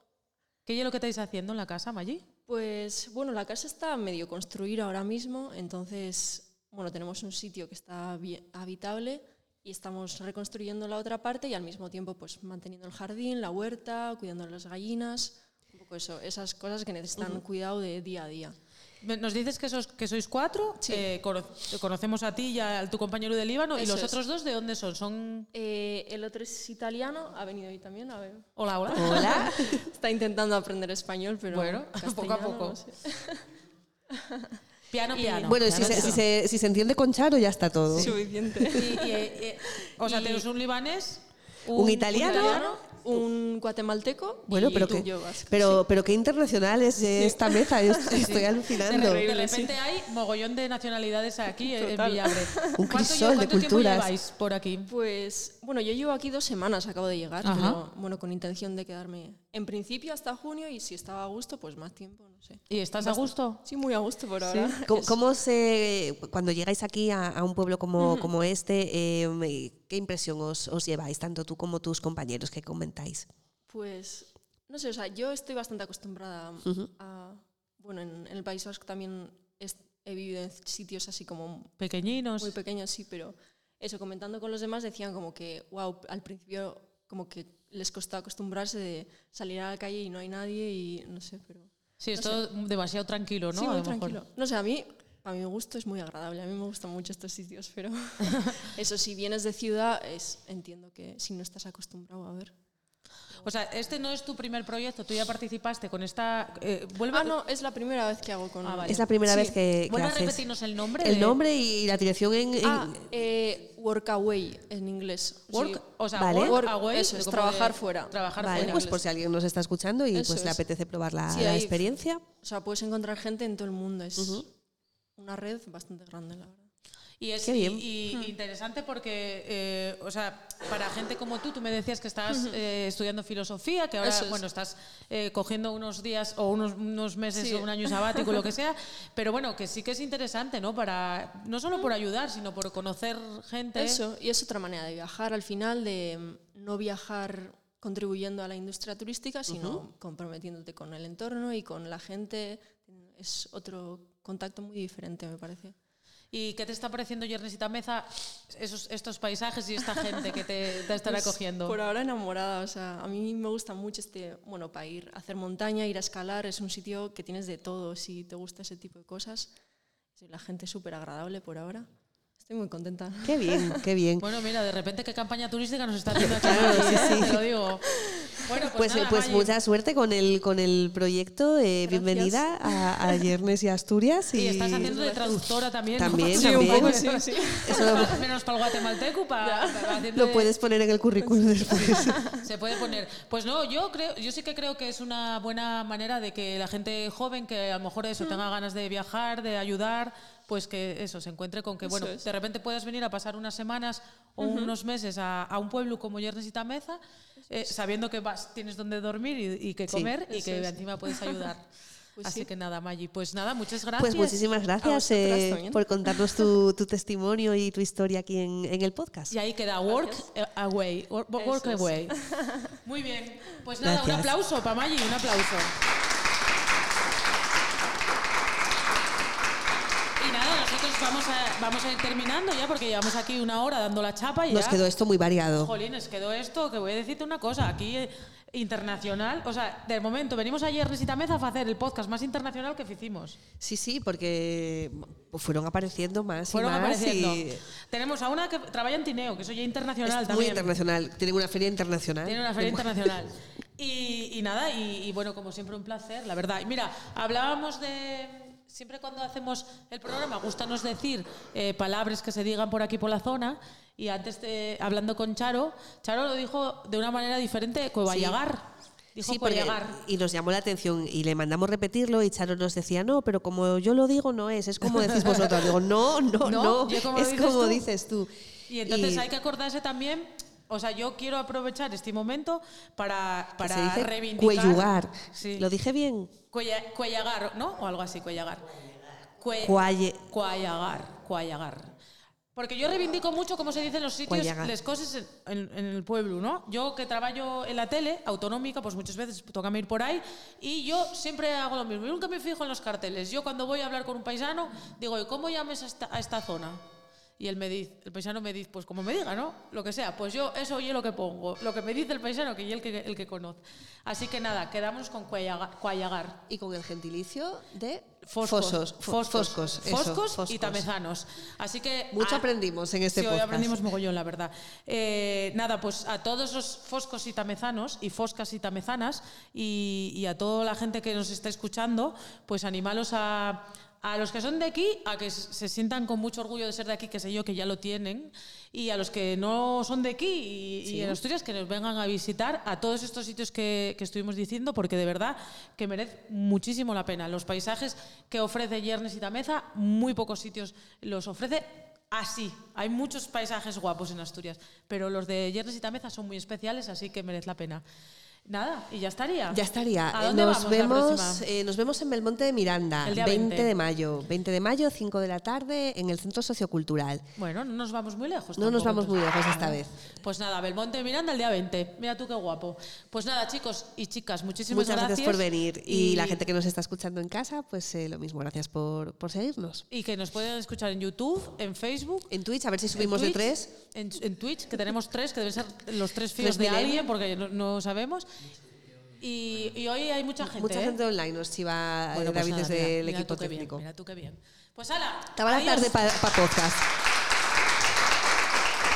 [SPEAKER 2] ¿Qué es lo que estáis haciendo en la casa, Maggi?
[SPEAKER 9] Pues bueno, la casa está medio construida ahora mismo, entonces
[SPEAKER 7] bueno, tenemos un sitio que está habi- habitable y estamos reconstruyendo la otra parte y al mismo tiempo pues manteniendo el jardín, la huerta, cuidando las gallinas, un poco eso, esas cosas que necesitan cuidado de día a día.
[SPEAKER 2] Me- Nos dices que, sos, que sois cuatro.
[SPEAKER 7] Sí.
[SPEAKER 2] eh, cono- conocemos a ti y a tu compañero de Líbano. ¿Y
[SPEAKER 7] Eso
[SPEAKER 2] los
[SPEAKER 7] es.
[SPEAKER 2] otros dos de dónde son? Son.
[SPEAKER 7] Eh, el otro es italiano, ha venido hoy también, a ver.
[SPEAKER 2] Hola, hola.
[SPEAKER 1] Hola.
[SPEAKER 7] Está intentando aprender español, pero
[SPEAKER 2] Bueno, poco a
[SPEAKER 7] castellano,
[SPEAKER 2] poco.
[SPEAKER 7] no sé.
[SPEAKER 2] Piano, piano.
[SPEAKER 1] bueno,
[SPEAKER 2] piano,
[SPEAKER 1] si se,
[SPEAKER 2] piano.
[SPEAKER 1] si, se, si se entiende con Charo ya está todo.
[SPEAKER 7] Suficiente.
[SPEAKER 2] Y- y- eh, o sea,
[SPEAKER 7] y-
[SPEAKER 2] tenemos un libanés,
[SPEAKER 1] Un italiano.
[SPEAKER 7] un guatemalteco
[SPEAKER 1] Bueno,
[SPEAKER 7] y
[SPEAKER 1] pero
[SPEAKER 7] tú,
[SPEAKER 1] que,
[SPEAKER 7] yo vasca,
[SPEAKER 1] pero, pero qué internacional es esta mesa, yo estoy
[SPEAKER 2] De,
[SPEAKER 1] alucinando.
[SPEAKER 2] re- de repente hay mogollón de nacionalidades aquí eh, en Villabre.
[SPEAKER 1] Un
[SPEAKER 2] ¿Cuánto, lle-
[SPEAKER 1] crisol de
[SPEAKER 2] cuánto tiempo
[SPEAKER 1] culturas.
[SPEAKER 2] lleváis por aquí?
[SPEAKER 7] Pues bueno, yo llevo aquí dos semanas, acabo de llegar,
[SPEAKER 2] Ajá.
[SPEAKER 7] pero bueno, con intención de quedarme en principio hasta junio y si estaba a gusto, pues más tiempo, no sé.
[SPEAKER 2] ¿Y estás a gusto?
[SPEAKER 7] Sí, muy a gusto por ahora.
[SPEAKER 1] ¿Cómo, cómo se, cuando llegáis aquí a, a un pueblo como, como este, eh, qué impresión os, os lleváis, tanto tú como tus compañeros que comentáis?
[SPEAKER 7] Pues no sé, o sea, yo estoy bastante acostumbrada a- a. Bueno, en, en el País Vasco también es- eh, he vivido en sitios así como
[SPEAKER 2] Pequeñinos.
[SPEAKER 7] muy pequeños, sí, pero eso, comentando con los demás, decían como que, wow, al principio como que les costó acostumbrarse de salir a la calle y no hay nadie y no sé, pero.
[SPEAKER 2] Sí,
[SPEAKER 7] no
[SPEAKER 2] es
[SPEAKER 7] sé.
[SPEAKER 2] todo demasiado tranquilo, ¿no?
[SPEAKER 7] Sí, muy
[SPEAKER 2] A lo mejor.
[SPEAKER 7] tranquilo. No sé, a mí, a mi gusto es muy agradable. A mí me gustan mucho estos sitios, pero eso, si vienes de ciudad, es, entiendo que si no estás acostumbrado a ver.
[SPEAKER 2] O sea, este no es tu primer proyecto, tú ya participaste con esta. eh, vuelve
[SPEAKER 7] Ah, no, es la primera vez que hago con.
[SPEAKER 2] Ah, vale.
[SPEAKER 1] Es la primera
[SPEAKER 7] Sí.
[SPEAKER 1] vez que, que
[SPEAKER 2] vuelve a
[SPEAKER 1] haces
[SPEAKER 2] repetirnos el nombre.
[SPEAKER 1] el
[SPEAKER 2] de-
[SPEAKER 1] nombre y la dirección en... en-
[SPEAKER 7] Ah, eh, workaway en inglés.
[SPEAKER 2] Work,
[SPEAKER 7] Sí.
[SPEAKER 2] o sea,
[SPEAKER 1] Vale.
[SPEAKER 2] work away,
[SPEAKER 7] Eso es,
[SPEAKER 2] como
[SPEAKER 7] trabajar fuera.
[SPEAKER 2] Trabajar
[SPEAKER 1] vale,
[SPEAKER 2] fuera.
[SPEAKER 1] pues por si alguien nos está escuchando y
[SPEAKER 7] Eso
[SPEAKER 1] pues le
[SPEAKER 7] es.
[SPEAKER 1] apetece probar la,
[SPEAKER 7] Sí,
[SPEAKER 1] la
[SPEAKER 7] ahí-
[SPEAKER 1] experiencia.
[SPEAKER 7] O sea, puedes encontrar gente en todo el mundo. Es una red bastante grande, la verdad.
[SPEAKER 2] Y es
[SPEAKER 1] Qué bien. Mm.
[SPEAKER 2] y- y interesante porque, eh, o sea, para gente como tú, tú me decías que estás eh, estudiando filosofía, que ahora,
[SPEAKER 7] Eso es.
[SPEAKER 2] bueno, estás eh, cogiendo unos días o unos, unos meses
[SPEAKER 7] Sí.
[SPEAKER 2] o un año sabático, lo que sea, pero bueno, que sí que es interesante, ¿no? Para, no solo por ayudar, sino por conocer gente.
[SPEAKER 7] Eso, y es otra manera de viajar al final, de mm, no viajar contribuyendo a la industria turística, sino comprometiéndote con el entorno y con la gente. Es otro contacto muy diferente, me parece.
[SPEAKER 2] ¿Y qué te está pareciendo, Yernes y Tameza, esos, estos paisajes y esta gente que te, te estará
[SPEAKER 7] Pues,
[SPEAKER 2] cogiendo?
[SPEAKER 7] Por ahora enamorada, o sea, a mí me gusta mucho este, bueno, para ir a hacer montaña, ir a escalar, es un sitio que tienes de todo, si te gusta ese tipo de cosas. Sí, La gente es súper agradable por ahora. Estoy muy contenta.
[SPEAKER 1] Qué bien, qué bien.
[SPEAKER 2] Bueno, mira, de repente qué campaña turística nos está haciendo aquí,
[SPEAKER 1] Claro,
[SPEAKER 2] Madrid,
[SPEAKER 1] Ah, sí,
[SPEAKER 2] ¿eh?
[SPEAKER 1] sí.
[SPEAKER 2] te lo digo. Bueno, pues,
[SPEAKER 1] Pues, eh,
[SPEAKER 2] nada,
[SPEAKER 1] pues
[SPEAKER 2] Mayi.
[SPEAKER 1] mucha suerte con el, con el proyecto. eh,
[SPEAKER 7] Gracias.
[SPEAKER 1] bienvenida a, a Yernes y Asturias. Y,
[SPEAKER 2] Y estás haciendo de traductora también. ¿no?
[SPEAKER 1] También, Sí, un también. poco, sí, Eso lo-
[SPEAKER 2] Pa- Menos para el guatemalteco, para,
[SPEAKER 1] Lo puedes poner en el currículum
[SPEAKER 2] Pues
[SPEAKER 1] después.
[SPEAKER 2] Se puede poner. Pues no, yo creo, yo sí que creo que es una buena manera de que la gente joven que a lo mejor eso tenga ganas de viajar, de ayudar, pues que eso se encuentre con que bueno, de repente puedas venir a pasar unas semanas o unos meses a, a un pueblo como Yernes y Tameza, eh, sabiendo que vas, tienes donde dormir y, y que comer y
[SPEAKER 7] Eso
[SPEAKER 2] que
[SPEAKER 7] es.
[SPEAKER 2] encima puedes ayudar.
[SPEAKER 7] Pues
[SPEAKER 2] Así
[SPEAKER 7] sí.
[SPEAKER 2] que nada, Maggi. Pues nada, muchas gracias.
[SPEAKER 1] Pues muchísimas gracias
[SPEAKER 7] vosotras
[SPEAKER 1] eh,
[SPEAKER 7] también.
[SPEAKER 1] por contarnos tu, tu testimonio y tu historia aquí en, en el podcast.
[SPEAKER 2] Y ahí queda Work eh, Away. Work, work
[SPEAKER 7] Eso es.
[SPEAKER 2] Away. Muy bien. Pues nada, un
[SPEAKER 1] Gracias.
[SPEAKER 2] aplauso para Maggi, un aplauso. Y nada, nosotros vamos a, vamos a ir terminando ya porque llevamos aquí una hora dando la chapa y
[SPEAKER 1] Nos
[SPEAKER 2] ya.
[SPEAKER 1] quedó esto muy variado.
[SPEAKER 2] Jolines, quedó esto, que voy a decirte una cosa, aquí eh, internacional, o sea, de momento venimos ayer y Tameza a hacer el podcast más internacional que hicimos.
[SPEAKER 1] Sí, sí, porque fueron apareciendo más
[SPEAKER 2] Fueron
[SPEAKER 1] y más.
[SPEAKER 2] apareciendo.
[SPEAKER 1] y-
[SPEAKER 2] Tenemos a una que trabaja en Tineo, que eso ya internacional
[SPEAKER 1] es muy
[SPEAKER 2] también.
[SPEAKER 1] internacional. Tienen una feria internacional.
[SPEAKER 2] Tiene una feria internacional. Y, y nada, y, y bueno, como siempre, un placer, la verdad. Y mira, hablábamos de. Siempre cuando hacemos el programa, gustanos decir eh, palabras que se digan por aquí, por la zona. Y antes, de, hablando con Charo, Charo lo dijo de una manera diferente: Coevallagar. Dijo
[SPEAKER 1] Sí, porque-
[SPEAKER 2] Coevallagar.
[SPEAKER 1] y nos llamó la atención y le mandamos repetirlo y Charo nos decía, no, pero como yo lo digo, no es, es como decís vosotros. Digo, no, no,
[SPEAKER 2] No,
[SPEAKER 1] no,
[SPEAKER 2] yo como
[SPEAKER 1] es
[SPEAKER 2] dices
[SPEAKER 1] como
[SPEAKER 2] tú.
[SPEAKER 1] dices tú.
[SPEAKER 2] Y entonces hay que acordarse también. O sea, yo quiero aprovechar este momento para, para
[SPEAKER 1] se dice
[SPEAKER 2] reivindicar.
[SPEAKER 1] cuellugar.
[SPEAKER 2] Sí.
[SPEAKER 1] ¿Lo dije bien?
[SPEAKER 2] Cuella- Cuellagar, ¿no? O algo así, Cuellagar. Cue-
[SPEAKER 1] Cualle-
[SPEAKER 2] Cuallagar, Cuallagar. Porque yo reivindico mucho, como se dice en los sitios,
[SPEAKER 10] Cuallaga.
[SPEAKER 2] las cosas en, en- en el pueblo, ¿no? Yo que trabajo en la tele, autonómica, pues muchas veces toca ir por ahí, y yo siempre hago lo mismo. Yo nunca me fijo en los carteles. Yo cuando voy a hablar con un paisano, digo, ¿y cómo llames a esta, a esta zona? Y él me dice, el paisano me dice, pues como me diga, ¿no? Lo que sea, pues yo eso oye lo que pongo, lo que me dice el paisano que y el que, el que conoce. Así que nada, quedamos con Cuallaga- Cuallagar.
[SPEAKER 1] Y con el gentilicio de
[SPEAKER 2] Foscos,
[SPEAKER 1] fosos, fo-
[SPEAKER 2] foscos,
[SPEAKER 1] foscos, eso,
[SPEAKER 2] foscos y
[SPEAKER 1] foscos.
[SPEAKER 2] tamezanos. Así que
[SPEAKER 1] Mucho
[SPEAKER 2] a-
[SPEAKER 1] aprendimos en este
[SPEAKER 2] sí, hoy
[SPEAKER 1] podcast.
[SPEAKER 2] aprendimos mogollón, la verdad. Eh, nada, pues a todos los foscos y tamezanos y foscas y tamezanas y, y a toda la gente que nos está escuchando, pues animalos a, a los que son de aquí a que s- se sientan con mucho orgullo de ser de aquí, que sé yo que ya lo tienen, y a los que no son de aquí y, y en Asturias que nos vengan a visitar a todos estos sitios que, que estuvimos diciendo, porque de verdad que merece muchísimo la pena. Los paisajes que ofrece Yernes y Tameza, muy pocos sitios los ofrece Así, Ah, hay muchos paisajes guapos en Asturias, pero los de Yernes y Tameza son muy especiales, así que merece la pena. Nada, y ya estaría.
[SPEAKER 1] Ya estaría.
[SPEAKER 2] ¿A
[SPEAKER 1] Eh,
[SPEAKER 2] dónde
[SPEAKER 1] nos,
[SPEAKER 2] vamos la
[SPEAKER 1] vemos,
[SPEAKER 2] próxima?
[SPEAKER 1] eh, nos vemos en Belmonte de Miranda,
[SPEAKER 2] El día
[SPEAKER 1] 20.
[SPEAKER 2] 20.
[SPEAKER 1] de mayo. 20 de mayo, 5 de la tarde, en el Centro Sociocultural.
[SPEAKER 2] Bueno, no nos vamos muy lejos.
[SPEAKER 1] No nos
[SPEAKER 2] tampoco,
[SPEAKER 1] vamos muy
[SPEAKER 2] entonces.
[SPEAKER 1] lejos esta
[SPEAKER 2] Ah.
[SPEAKER 1] vez.
[SPEAKER 2] Pues nada, Belmonte de Miranda el día 20. Mira tú qué guapo. Pues nada, chicos y chicas, muchísimas
[SPEAKER 1] Muchas gracias,
[SPEAKER 2] gracias.
[SPEAKER 1] por venir. Y, la gente que nos está escuchando en casa, pues eh, lo mismo, gracias por, por seguirnos.
[SPEAKER 2] Y que nos pueden escuchar en YouTube, en Facebook.
[SPEAKER 1] En Twitch, a ver si
[SPEAKER 2] en
[SPEAKER 1] subimos de
[SPEAKER 2] Twitch,
[SPEAKER 1] tres.
[SPEAKER 2] En, en Twitch, que tenemos tres, que deben ser los tres feeds de
[SPEAKER 1] millennials.
[SPEAKER 2] alguien, porque no, no sabemos. Y, y hoy hay mucha gente.
[SPEAKER 1] Mucha
[SPEAKER 2] ¿eh?
[SPEAKER 1] gente online nos chiva eh,
[SPEAKER 2] Bueno, pues
[SPEAKER 1] David
[SPEAKER 2] nada,
[SPEAKER 1] desde
[SPEAKER 2] mira,
[SPEAKER 1] el
[SPEAKER 2] mira
[SPEAKER 1] equipo
[SPEAKER 2] tú qué bien,
[SPEAKER 1] técnico.
[SPEAKER 2] mira tú qué bien. Pues ala.
[SPEAKER 1] Estaba la
[SPEAKER 2] adiós.
[SPEAKER 1] tarde para podcast.